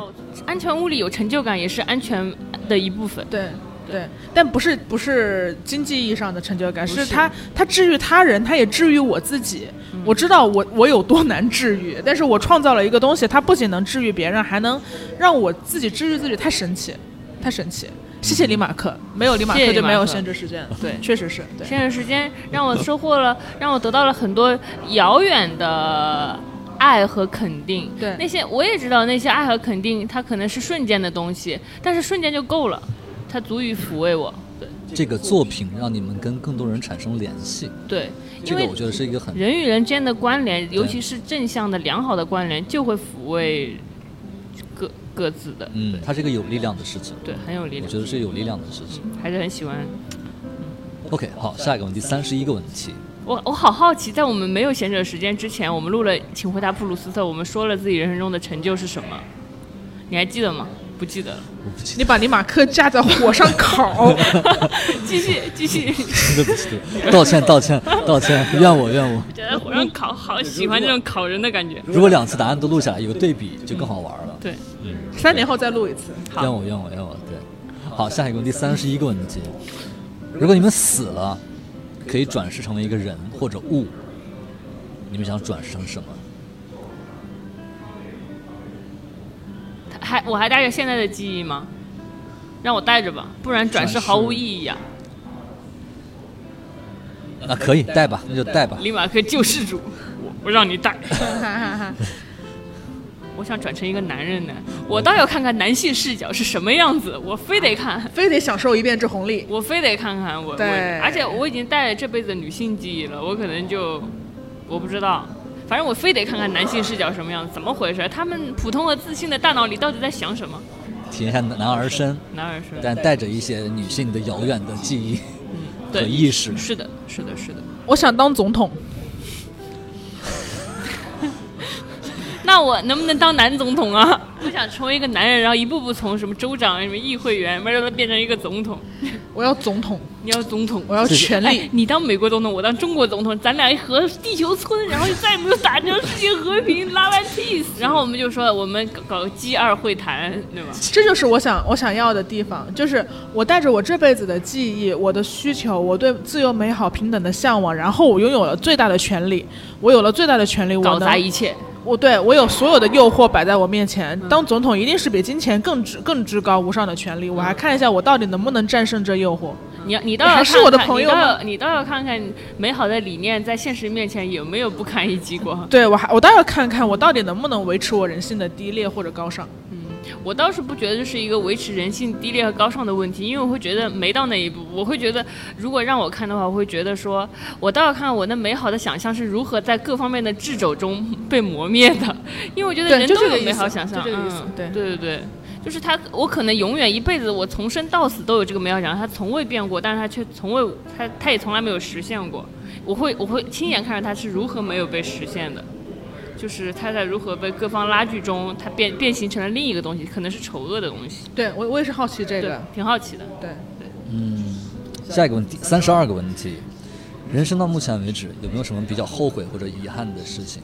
Speaker 3: 安全屋里有成就感，也是安全的一部分。
Speaker 2: 对对，但不是不是经济意义上的成就感，
Speaker 3: 不
Speaker 2: 是
Speaker 3: 是嗯
Speaker 2: 他他治愈他人，他也治愈我自己。我知道我我有多难治愈，但是我创造了一个东西，它不仅能治愈别人，还能让我自己治愈自己，太神奇，太神奇。谢谢李马克，没有李马
Speaker 3: 嗯谢谢
Speaker 2: 克
Speaker 3: 李
Speaker 2: 就没有
Speaker 3: 马克嗯
Speaker 2: 闲着时间。
Speaker 3: 对
Speaker 2: 确实是。对，
Speaker 3: 现在时间让我收获了， *laughs* 让我得到了很多遥远的爱和肯定。
Speaker 2: 对
Speaker 3: 那些我也知道，那些爱和肯定，它可能是瞬间的东西，但是瞬间就够了，它足以抚慰我。
Speaker 1: 这个作品让你们跟更多人产生联系，
Speaker 3: 对，
Speaker 1: 这
Speaker 3: 因
Speaker 1: 个
Speaker 3: 为
Speaker 1: 我觉得是一个很
Speaker 3: 人与人之间的关联，尤其是正向的、良好的关联，就会抚慰各各自的，
Speaker 1: 嗯，它是一个有力量的事情，
Speaker 3: 对，很有力
Speaker 1: 我
Speaker 3: 量，
Speaker 1: 觉得是有力量的事情。
Speaker 3: 还是很喜欢。
Speaker 1: OK，好，下一个问题，三十一个问题，
Speaker 3: 我我好好奇，在我们没有闲者时间之前，我们录了《请回答普鲁斯特》，我们说了自己人生中的成就是什么，你还记得吗？不记得了， *laughs*
Speaker 1: 我不记
Speaker 2: 你把尼马克架在火上烤，
Speaker 3: 继续继续，
Speaker 1: 得，不记
Speaker 3: *laughs*
Speaker 1: 得，道歉，道歉，道歉，怨我，怨我。
Speaker 3: 觉得火上烤，好喜欢这种烤人的感觉。
Speaker 1: 如果两次答案都录下来，有个对比就更好玩了。
Speaker 3: 对，
Speaker 2: 三年后再录一
Speaker 3: *laughs*
Speaker 2: 次。 *laughs*
Speaker 3: 好
Speaker 1: 怨我，怨我，怨我。对，好，下一个问题，三十一个问题，如果你们死了，可以转世成为一个人或者物，你们想转世成什么？
Speaker 3: 还我还带着现在的记忆吗？让我带着吧，不然转世毫无意义啊！
Speaker 1: 那啊可以带吧，那就带吧。
Speaker 3: 立马克救世主，我不让你带。 *laughs* 我想转成一个男人呢，我倒要看看男性视角是什么样子，我非得看，
Speaker 2: 非得享受一遍这红利。
Speaker 3: 我非得看看我。我
Speaker 2: 对
Speaker 3: 而且我已经带了这辈子的女性记忆了，我可能就我不知道，反正我非得看看男性视角什么样子，怎么回事？他们普通和自信的大脑里到底在想什么？
Speaker 1: 体验一下男儿身，
Speaker 3: 男儿身。
Speaker 1: 但带着一些女性的遥远的记忆和
Speaker 3: 对
Speaker 1: 意识。
Speaker 3: 是的，是的，是的。
Speaker 2: 我想当总统，
Speaker 3: 那我能不能当男总统啊？我想成为一个男人，然后一步步从什么州长、什么议会员，慢慢地变成一个总统。
Speaker 2: 我要总统，
Speaker 3: 你要总统，
Speaker 2: 我要权
Speaker 3: 哎
Speaker 2: 力。，
Speaker 3: 你当美国总统，我当中国总统，咱俩一和地球村，然后再也没有打成世界和平，love and peace。然后我们就说我们搞搞 G 二会谈，对吧？
Speaker 2: 这就是我想我想要的地方，就是我带着我这辈子的记忆、我的需求、我对自由、美好、平等的向往，然后我拥有了最大的权利，我有了最大的权利，我
Speaker 3: 搞砸
Speaker 2: 能
Speaker 3: 一切，
Speaker 2: 我对我有所有的诱惑摆在我面前，当总统一定是比金钱更至更至高无上的权利。我还看一下我到底能不能战胜这诱惑。
Speaker 3: 你要你倒要看
Speaker 2: 还
Speaker 3: 看
Speaker 2: 是我的朋友
Speaker 3: 你倒
Speaker 2: 吗
Speaker 3: 要你倒要看看美好的理念在现实面前有没有不堪一击过。
Speaker 2: 对我还我倒要看看我到底能不能维持我人性的低劣或者高尚。
Speaker 3: 我倒是不觉得这是一个维持人性低劣和高尚的问题，因为我会觉得没到那一步。我会觉得，如果让我看的话，我会觉得说，我倒要看我那美好的想象是如何在各方面的掣肘中被磨灭的。 *laughs* 因为我觉得
Speaker 2: 对
Speaker 3: 人
Speaker 2: 就
Speaker 3: 都
Speaker 2: 这个
Speaker 3: 有
Speaker 2: 意
Speaker 3: 美好
Speaker 2: 思
Speaker 3: 想象，
Speaker 2: 就这个意思
Speaker 3: 嗯
Speaker 2: 对
Speaker 3: 对对对。就是他，我可能永远一辈子，我从生到死都有这个美好想象，他从未变过，但是他却从未，他他也从来没有实现过。我会我会亲眼看着他是如何没有被实现的，就是他在如何被各方拉锯中，他变变形成了另一个东西，可能是丑恶的东西。
Speaker 2: 对我我也是好奇这
Speaker 3: 对
Speaker 2: 个，，
Speaker 3: 挺好奇的。
Speaker 2: 对。
Speaker 1: 下一个问题，三十二个问题，人生到目前为止有没有什么比较后悔或者遗憾的事情？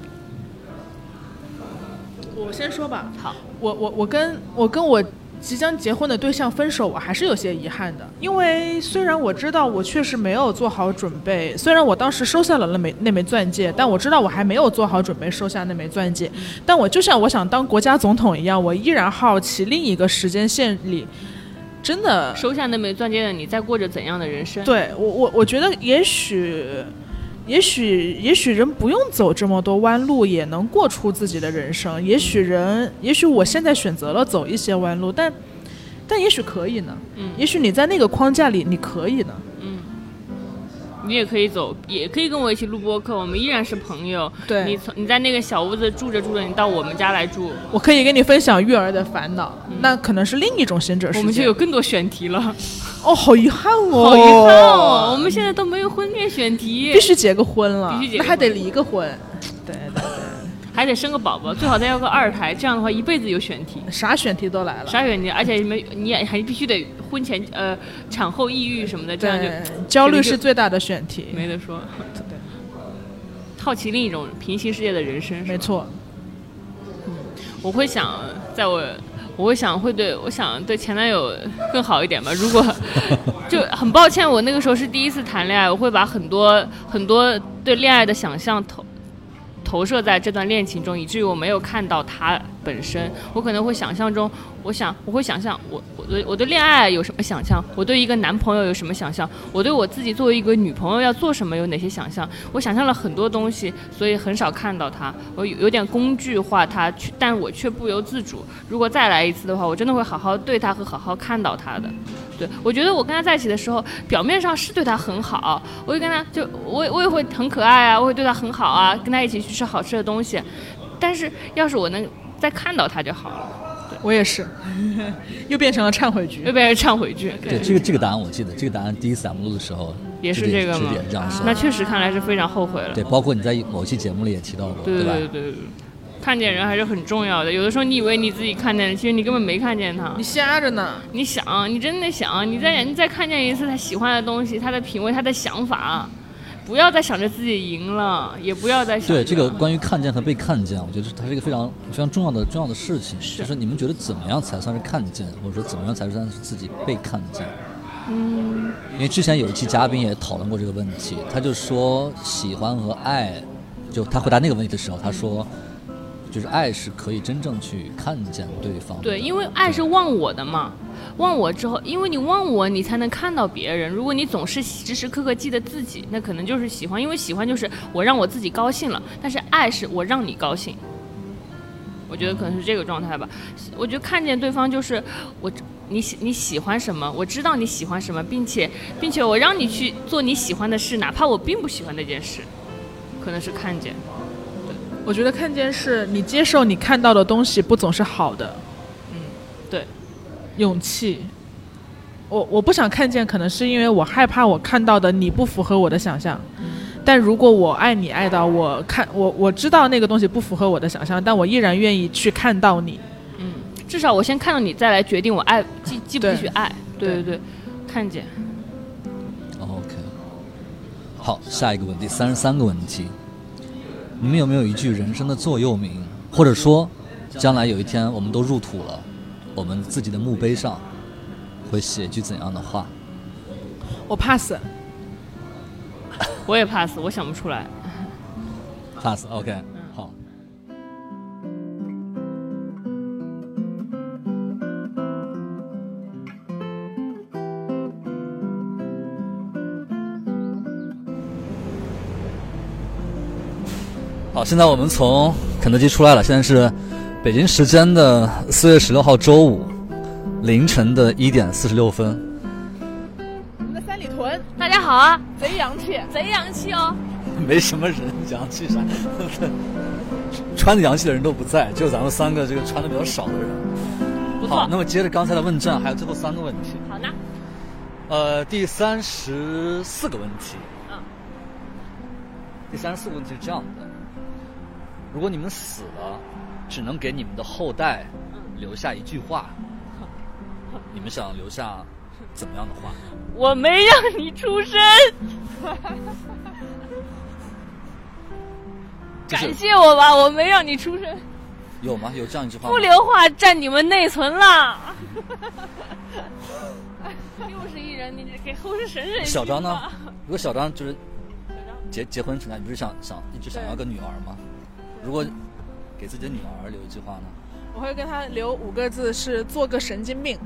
Speaker 2: 我先说吧，
Speaker 3: 好，
Speaker 2: 我我我跟我跟我即将结婚的对象分手，我还是有些遗憾的，因为虽然我知道我确实没有做好准备，虽然我当时收下了那枚那枚钻戒，但我知道我还没有做好准备收下那枚钻戒，但我就像我想当国家总统一样，我依然好奇另一个时间线里，真的
Speaker 3: 收下那枚钻戒的你，在过着怎样的人生？
Speaker 2: 对我，我我觉得也许，也许，也许人不用走这么多弯路，也能过出自己的人生。也许人，也许我现在选择了走一些弯路，但但也许可以呢。
Speaker 3: 嗯
Speaker 2: 也许你在那个框架里，你可以呢。
Speaker 3: 你也可以走，也可以跟我一起录播客，我们依然是朋友。
Speaker 2: 对
Speaker 3: 你从你在那个小屋子住着住着，你到我们家来住，
Speaker 2: 我可以跟你分享育儿的烦恼，那可能是另一种贤者世界。
Speaker 3: 嗯我们就有更多选题了。
Speaker 2: 哦，好遗憾哦，
Speaker 3: 好遗憾哦，我们现在都没有婚恋选题
Speaker 2: 必，须结个婚了，
Speaker 3: 必须结
Speaker 2: 那
Speaker 3: 个
Speaker 2: 还得
Speaker 3: 婚
Speaker 2: 离个婚。对对对，
Speaker 3: 还得生个宝宝，最好再要个二胎，这样的话一辈子有选题。
Speaker 2: 啥选题都来了。
Speaker 3: 啥原因？而且你们你也还必须得婚前呃产后抑郁什么的，这样
Speaker 2: 对
Speaker 3: 就，
Speaker 2: 焦虑
Speaker 3: 这
Speaker 2: 是
Speaker 3: 个就
Speaker 2: 最大的选题。
Speaker 3: 没得说。
Speaker 2: 对
Speaker 3: 嗯好奇另一种平行世界的人生，
Speaker 2: 没错，
Speaker 3: 我会想，在我我会想会对我想对前男友更好一点吧。如果就很抱歉，我那个时候是第一次谈恋爱，我会把很多很多对恋爱的想象投投射在这段恋情中，以至于我没有看到他本身，我可能会想象中，我想我会想象我我对我对恋爱有什么想象，我对一个男朋友有什么想象，我对我自己作为一个女朋友要做什么有哪些想象，我想象了很多东西，所以很少看到它，我有有点工具化它，却但我却不由自主。如果再来一次的话，我真的会好好对他和好好看到他的。对，我觉得我跟他在一起的时候，表面上是对他很好，我会跟他就我也我也会很可爱啊，我会对他很好啊，跟他一起去吃好吃的东西。但是要是我能再看到他就好了，
Speaker 2: 我也是， *laughs* 又变成了忏悔局
Speaker 3: 又。被人忏悔句，
Speaker 1: 对，这个这个答案我记得，这个答案第一次咱们录的时候
Speaker 3: 也是
Speaker 1: 指
Speaker 3: 这
Speaker 1: 点
Speaker 3: 个
Speaker 1: 指
Speaker 3: 吗
Speaker 1: 点这样说
Speaker 3: 那，确实看来是非常后悔了。
Speaker 1: 对，包括你在某期节目里也提到过，
Speaker 3: 对
Speaker 1: 吧
Speaker 3: 对？对对，看见人还是很重要的。有的时候你以为你自己看见了，其实你根本没看见他
Speaker 2: 你。瞎着呢，
Speaker 3: 你想，你真的想，你再你再看见一次他喜欢的东西，他的品味，他的想法，不要再想着自己赢了，也不要再想
Speaker 1: 对
Speaker 3: 着
Speaker 1: 这个关于看见和被看见，我觉得它是一个非常非常重要的重要的事情。
Speaker 3: 是
Speaker 1: 就是你们觉得怎么样才算是看见，或者说怎么样才算是自己被看见？嗯，因为之前有一期嘉宾也讨论过这个问题，他就说喜欢和爱，就他回答那个问题的时候，他说，就是爱是可以真正去看见对方的。
Speaker 3: 对，因为爱是忘我的嘛，忘我之后，因为你忘我，你才能看到别人。如果你总是时时刻刻记得自己，那可能就是喜欢，因为喜欢就是我让我自己高兴了，但是爱是我让你高兴。我觉得可能是这个状态吧。我觉得看见对方就是我，你喜你喜欢什么，我知道你喜欢什么，并且并且我让你去做你喜欢的事，哪怕我并不喜欢那件事，可能是看见。
Speaker 2: 我觉得看见是你接受你看到的东西不总是好的，
Speaker 3: 嗯对，
Speaker 2: 勇气。我我不想看见，可能是因为我害怕我看到的你不符合我的想象。但如果我爱你爱到我看我我知道那个东西不符合我的想象，但我依然愿意去看到你。
Speaker 3: 至少我先看到你，再来决定我爱继继不继续
Speaker 2: 对
Speaker 3: 爱。对对
Speaker 2: 对
Speaker 3: 对，看见。
Speaker 1: OK，好，下一个问题，三十三个问题，你们有没有一句人生的座右铭，或者说，将来有一天我们都入土了，我们自己的墓碑上会写一句怎样的话？
Speaker 2: 我怕死，
Speaker 3: 我也怕死，我想不出来。 *laughs*
Speaker 1: pass OK，好。好，现在我们从肯德基出来了，现在是北京时间的四月十六号周五凌晨的一点四十六分。
Speaker 2: 我们的三里屯
Speaker 3: 大家好啊，
Speaker 2: 贼洋气，
Speaker 3: 贼洋气哦。
Speaker 1: *laughs* 没什么人洋气啥， *laughs* 穿的洋气的人都不在，只有咱们三个这个穿的比较少的人。
Speaker 3: 不错，
Speaker 1: 好，那么接着刚才的问战，还有最后三个问题，
Speaker 3: 好呢。
Speaker 1: 呃，第三十四个问题，
Speaker 3: 嗯，
Speaker 1: 第三十四个问题是这样的：如果你们死了，只能给你们的后代留下一句话，
Speaker 3: 嗯
Speaker 1: 你们想留下怎么样
Speaker 3: *laughs*
Speaker 1: 的话？
Speaker 3: 我没让你出生，
Speaker 1: 就是
Speaker 3: 感谢我吧，我没让你出生，
Speaker 1: 有吗？有这样一句话吗？
Speaker 3: 不留话占你们内存了。 *laughs* 又是一人，你这给后世省省心
Speaker 1: 小张呢
Speaker 3: 吧？
Speaker 1: 如果小张就是
Speaker 3: 小张
Speaker 1: 结结婚成家，你不是想想一直想要个女儿吗？如果给自己的女儿留一句话呢？
Speaker 2: 我会跟他留五个字是做个神经病，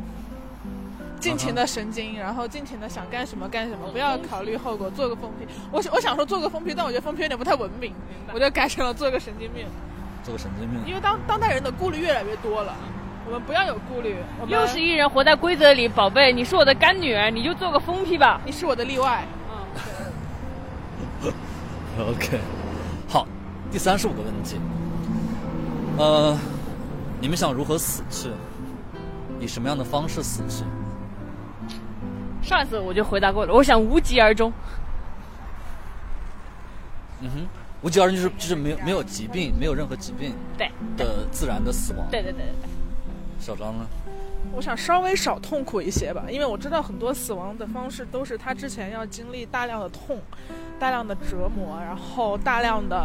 Speaker 2: 尽情的神
Speaker 3: 嗯
Speaker 2: 经，然后尽情的想干什么干什么，不要考虑后果，做个疯批。我想我想说做个疯批，但我觉得疯批有点不太文明，我就改成了做个神经病。
Speaker 1: 做个神经病
Speaker 2: 因。为当当代人的顾虑越来越多了，我们不要有顾虑。我们
Speaker 3: 又是一人活在规则里，宝贝，你是我的干女儿，你就做个疯批吧。
Speaker 2: 你是我的例外，
Speaker 1: OK，好，第三十五个问题，呃，你们想如何死去？以什么样的方式死去？
Speaker 3: 上一次我就回答过了，我想无疾而终。
Speaker 1: 嗯哼，无疾而终就是就是没有没有疾病，没有任何疾病
Speaker 3: 对，
Speaker 1: 的自然的死亡。
Speaker 3: 对对对对对，
Speaker 1: 小张呢？
Speaker 2: 我想稍微少痛苦一些吧，因为我知道很多死亡的方式都是他之前要经历大量的痛、大量的折磨，然后大量的、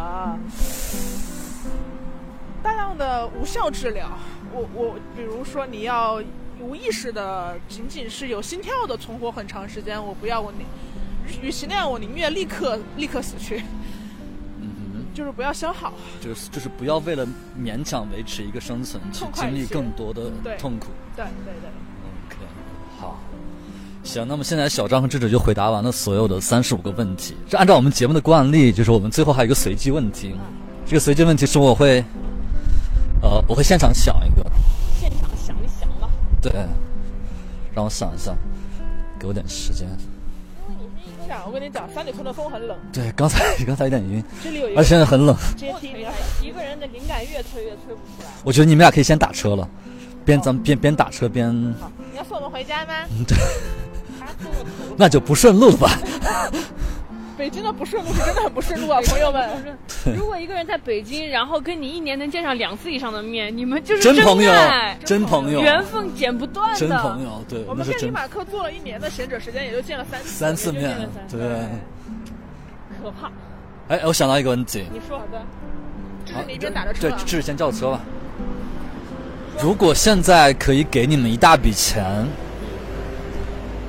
Speaker 2: 大量的无效治疗。我我比如说你要无意识的，仅仅是有心跳的存活很长时间，我不要我宁，与其那样，我宁愿立刻立刻死去。
Speaker 1: 嗯
Speaker 2: 就是不要消耗。
Speaker 1: 就是就是不要为了勉强维持一个生存去
Speaker 2: 痛快
Speaker 1: 经
Speaker 2: 一
Speaker 1: 历
Speaker 2: 些
Speaker 1: 更多的
Speaker 2: 对
Speaker 1: 痛苦。
Speaker 2: 对对对。
Speaker 1: OK，好，行，那么现在小张和智者就回答完了所有的三十五个问题。这按照我们节目的惯例，就是我们最后还有一个随机问
Speaker 2: 嗯
Speaker 1: 题。这个随机问题是我会，呃，我会现场想一个，
Speaker 3: 现场想一想吧。
Speaker 1: 对，让我想一下，给我点时间。
Speaker 2: 这样，啊我跟你讲，三里屯的风很冷，
Speaker 1: 对，刚才 *laughs* 刚才有点晕，
Speaker 2: 这里有一
Speaker 1: 而
Speaker 2: 个
Speaker 1: 且现在很冷，
Speaker 2: 阶梯，
Speaker 3: 一个人的灵感越推越推不出来。
Speaker 1: 我觉得你们俩可以先打车了，边咱们边边打车边，
Speaker 2: 哦你要送我们回
Speaker 1: *laughs*
Speaker 2: 家吗？
Speaker 1: 那就不顺路了吧？
Speaker 2: 北京的不顺路是真的很不顺路啊， *laughs* 朋友们。
Speaker 3: 如果一个人在北京，然后跟你一年能见上两次以上的面，你们就是
Speaker 1: 真朋友
Speaker 3: 爱，，
Speaker 1: 真朋友，
Speaker 3: 缘分剪不断的。
Speaker 1: 真朋友，对，
Speaker 2: 我
Speaker 1: 那
Speaker 2: 们
Speaker 1: 是
Speaker 2: 跟李
Speaker 1: 真
Speaker 2: 马克做了一年的贤者时间，也就见了三次
Speaker 1: 三次面
Speaker 3: 也就见了，三次
Speaker 1: 对。
Speaker 3: 可怕。
Speaker 1: 哎，我想到一个问题，
Speaker 3: 你说好的，
Speaker 2: 就
Speaker 1: 啊
Speaker 2: 是你一边打着车
Speaker 1: 对
Speaker 2: 啊，，
Speaker 1: 这是先叫车吧。如果现在可以给你们一大笔钱，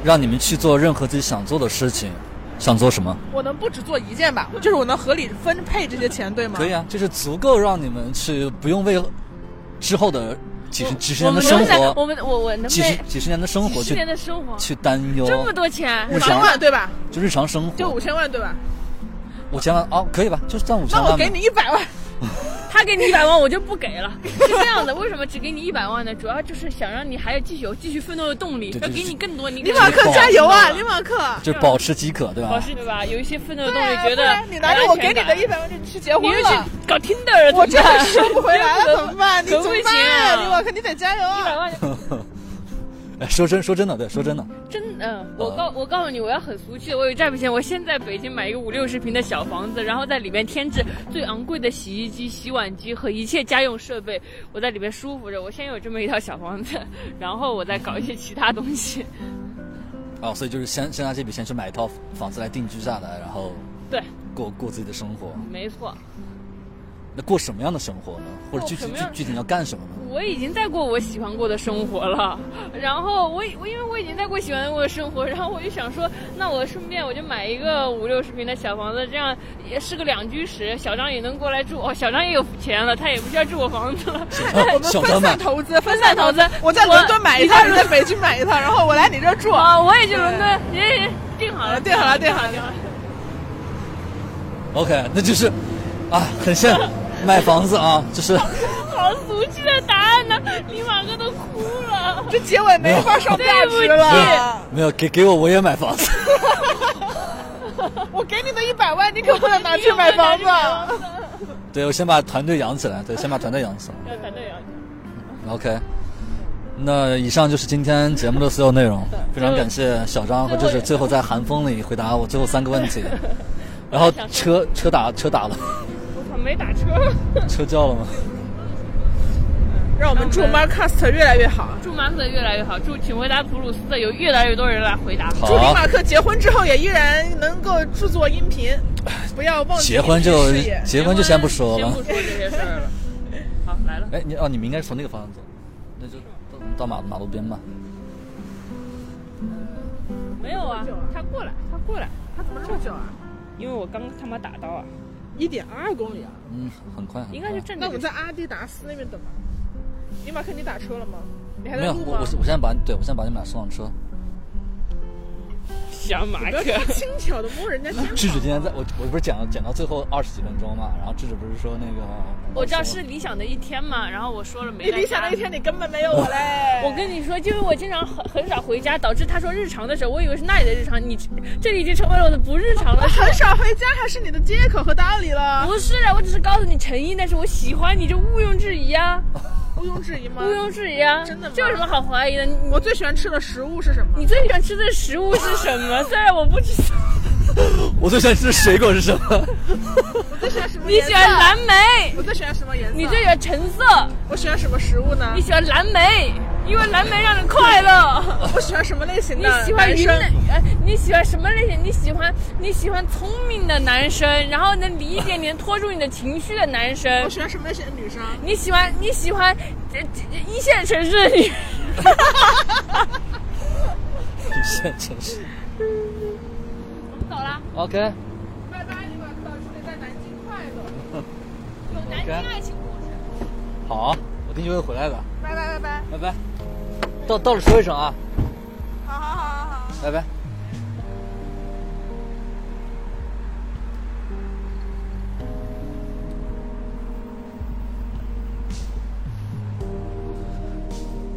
Speaker 1: 让你们去做任何自己想做的事情，想做什么？
Speaker 2: 我能不只做一件吧？就是我能合理分配这些钱，对吗？
Speaker 1: 可以啊，就是足够让你们去不用为之后的几十几十
Speaker 3: 我
Speaker 1: 年的
Speaker 3: 们
Speaker 1: 生
Speaker 3: 能在我
Speaker 1: 活，
Speaker 3: 们我我能
Speaker 1: 几十
Speaker 3: 被
Speaker 1: 几十年的生活
Speaker 3: 几十
Speaker 1: 去
Speaker 3: 年的生活，
Speaker 1: 去担忧，
Speaker 3: 这么多钱，
Speaker 1: 日
Speaker 2: 五千
Speaker 1: 常
Speaker 2: 万对吧？
Speaker 1: 就日常生活，
Speaker 2: 就五千万对吧？
Speaker 1: 五千万哦，可以吧？就算五千
Speaker 2: 那
Speaker 1: 万吧。
Speaker 2: 我给你一百 *laughs* 万，
Speaker 3: 他给你一百万，我就不给了，是这样的。为什么只给你一百万呢？主要就是想让你还有继续有继续奋斗的动力，
Speaker 1: 对
Speaker 3: 要
Speaker 1: 对
Speaker 3: 给
Speaker 1: 对
Speaker 3: 你更多。你
Speaker 2: 李马克加油啊，李马克！
Speaker 1: 就保持饥渴，对吧？
Speaker 3: 老师对吧？有一些奋斗的
Speaker 2: 对
Speaker 3: 动力，
Speaker 2: 啊，
Speaker 3: 觉
Speaker 2: 不
Speaker 3: 得哎
Speaker 2: 然你拿着我给你的一
Speaker 3: 百，
Speaker 2: 百万，你去结
Speaker 3: 你
Speaker 2: 婚
Speaker 3: 又去
Speaker 2: 了，
Speaker 3: 搞 Tinder 了，
Speaker 2: 我
Speaker 3: 怎
Speaker 2: 真
Speaker 3: 么办
Speaker 2: 的收不回来 *laughs*
Speaker 3: *laughs*
Speaker 2: 了，怎么办？你
Speaker 3: 可
Speaker 2: 怎
Speaker 3: 不
Speaker 2: 么
Speaker 3: 可以
Speaker 2: 办
Speaker 3: 行啊
Speaker 2: 啊？李马克，你得加油
Speaker 3: 一百
Speaker 2: 啊！
Speaker 3: 万
Speaker 1: 哎，说真说真的，对，说真的，
Speaker 3: 真嗯，我告我告诉你，我要很俗气的，我有这笔钱，我先在北京买一个五六十平的小房子，然后在里面添置最昂贵的洗衣机、洗碗机和一切家用设备，我在里面舒服着。我先有这么一套小房子，然后我再搞一些其他东西。
Speaker 1: 哦，所以就是先先拿这笔钱去买一套房子来定居下来，然后
Speaker 3: 对，
Speaker 1: 过过自己的生活。
Speaker 3: *laughs* 没错，
Speaker 1: 那过什么样的生活呢？或者
Speaker 3: 过
Speaker 1: 具体
Speaker 3: 什么
Speaker 1: 具
Speaker 3: 样
Speaker 1: 具体你要干什么呢？
Speaker 3: 我已经在过我喜欢过的生活了， *laughs* 然后我我因为我已经在过喜欢过的生活，然后我就想说，那我顺便我就买一个五六十平的小房子，这样也是个两居室，小张也能过来住。哦，小张也有钱了，他也不需要住我房子了。
Speaker 2: 我们
Speaker 1: 小
Speaker 2: 分
Speaker 1: 张买
Speaker 2: 散投资，分散投资
Speaker 3: 分散投资。
Speaker 2: 我在伦敦买一套，你哦在北京买一套，然后我来你这儿住。
Speaker 3: 啊， *laughs* 我也去伦敦，也定好了，
Speaker 2: 定好了，定好了，定好了。
Speaker 1: ，OK，那就是啊，很现买房子啊，就是
Speaker 3: 好俗气的答案呢，李马哥都哭了。
Speaker 2: 这结尾没法上价值
Speaker 1: 没有
Speaker 2: 了。
Speaker 1: 没有给给我我也买房子，
Speaker 2: 我给你的一百万，你可不能拿去买房子。啊
Speaker 1: 对我先把团队养起来，对，先把团队养起来
Speaker 3: 要团队啊，
Speaker 1: ，OK。那以上就是今天节目的所有内容，非常感谢小张和就是最后在寒风里回答我最后三个问
Speaker 3: *laughs*
Speaker 1: 题，然后车车打车打了，
Speaker 3: 我操，没打车，
Speaker 1: 车叫
Speaker 3: *laughs*
Speaker 1: 了吗？
Speaker 2: 让我们祝 Marcast 越来越好，啊
Speaker 3: 祝马克越来越好，祝请回答普鲁斯特有越来越多人来回答。
Speaker 2: 祝李
Speaker 1: 好，啊
Speaker 2: 马克结婚之后也依然能够制作音频，不要忘记
Speaker 1: 结婚就
Speaker 2: 事业
Speaker 1: 结婚就先不说了
Speaker 3: *laughs* 先。不说这些事儿了。好，来了。
Speaker 1: 哎，你哦，你们应该是从那个方向走，那就到到马马路边吧。
Speaker 3: 没有啊，他过来，他过来，
Speaker 2: 他怎么这么久啊？
Speaker 3: 因为我刚他妈打到啊，
Speaker 2: 一点二公里啊！
Speaker 1: 嗯，很快，很快
Speaker 3: 应该是正
Speaker 2: 哦那我
Speaker 3: 着
Speaker 2: 们
Speaker 3: 的。
Speaker 2: 在阿迪达斯那边等吧。李马克，你打车了吗？你还
Speaker 1: 没
Speaker 2: 在
Speaker 1: 有
Speaker 2: 路
Speaker 1: 我，
Speaker 2: 吗
Speaker 1: 我？是我现在把你对我现在把你们俩送上车。
Speaker 3: 小马
Speaker 2: 不要
Speaker 3: 克，
Speaker 2: 太轻巧的摸人家肩膀。
Speaker 1: 智智今天在我我不是讲了讲到最后二十几分钟嘛，然后智智不是说那个，
Speaker 3: 我知道是理想的一天嘛，然后我说了没
Speaker 2: 你
Speaker 3: 在家。。
Speaker 2: 理想的一天，你根本没有 *laughs* 我嘞
Speaker 3: 我跟你说，因为我经常很很少回家，导致他说日常的时候，我以为是那里的日常，你这里已经成为了我的不日常了。是
Speaker 2: 很少回家，还是你的借口和道理了，
Speaker 3: 不是啊，我只是告诉你诚意，但是我喜欢你，这毋庸置疑啊，
Speaker 2: 毋庸置疑吗
Speaker 3: 毋？庸置疑啊，
Speaker 2: 真的吗
Speaker 3: 这有什么好怀疑的？你
Speaker 2: 我最喜欢吃的食物是什么
Speaker 3: 你？最喜欢吃的食物是
Speaker 2: *laughs*
Speaker 3: 什么？虽然我不知道， *laughs*
Speaker 1: 我最喜欢吃的水果是
Speaker 4: *laughs*
Speaker 1: 什么？
Speaker 2: 我最喜欢什么
Speaker 3: 你
Speaker 2: 颜色？
Speaker 3: 喜欢蓝莓，
Speaker 2: 我最喜欢什么颜色？
Speaker 3: 你最喜欢橙色，
Speaker 2: 我喜欢什么食物呢
Speaker 3: 你？喜欢蓝莓，因为蓝莓让人快乐。
Speaker 2: *laughs* 我喜欢什么类型
Speaker 3: 你
Speaker 2: 的？
Speaker 3: 喜欢
Speaker 2: 男
Speaker 3: 云
Speaker 2: 生
Speaker 3: 南？呃，你喜欢什么类型？你喜欢你喜欢聪明的男生，然后能理解你、能 *laughs* 拖住你的情绪的男生
Speaker 2: 我。喜欢什么类型的女生？
Speaker 3: 你喜欢你喜欢这这这一线城市的女，
Speaker 1: 现真是
Speaker 3: 走了。
Speaker 1: OK。
Speaker 2: 拜拜，李马克，祝你在南京快乐。
Speaker 4: 有南京爱情故事。
Speaker 1: 好啊，我定期会回来的，
Speaker 4: 拜拜拜拜，
Speaker 1: 拜拜。到到了说一声啊，
Speaker 4: 好好好好好。
Speaker 1: 拜拜。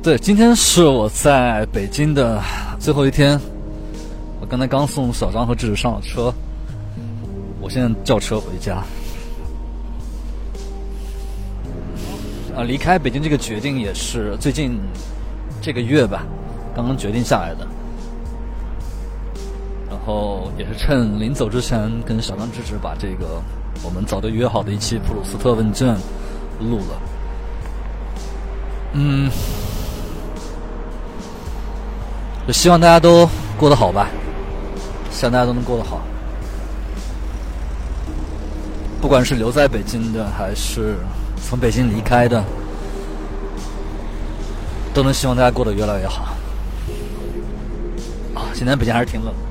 Speaker 1: 对，今天是我在北京的最后一天。我刚才刚送小张和智智上了车，我现在叫车回家。啊，离开北京这个决定也是最近这个月吧，刚刚决定下来的。然后也是趁临走之前，跟小张、智智把这个我们早就约好的一期普鲁斯特问卷录了。嗯，就希望大家都过得好吧，希望大家都能过得好。不管是留在北京的，还是从北京离开的，都能希望大家过得越来越好。啊，今天北京还是挺冷的。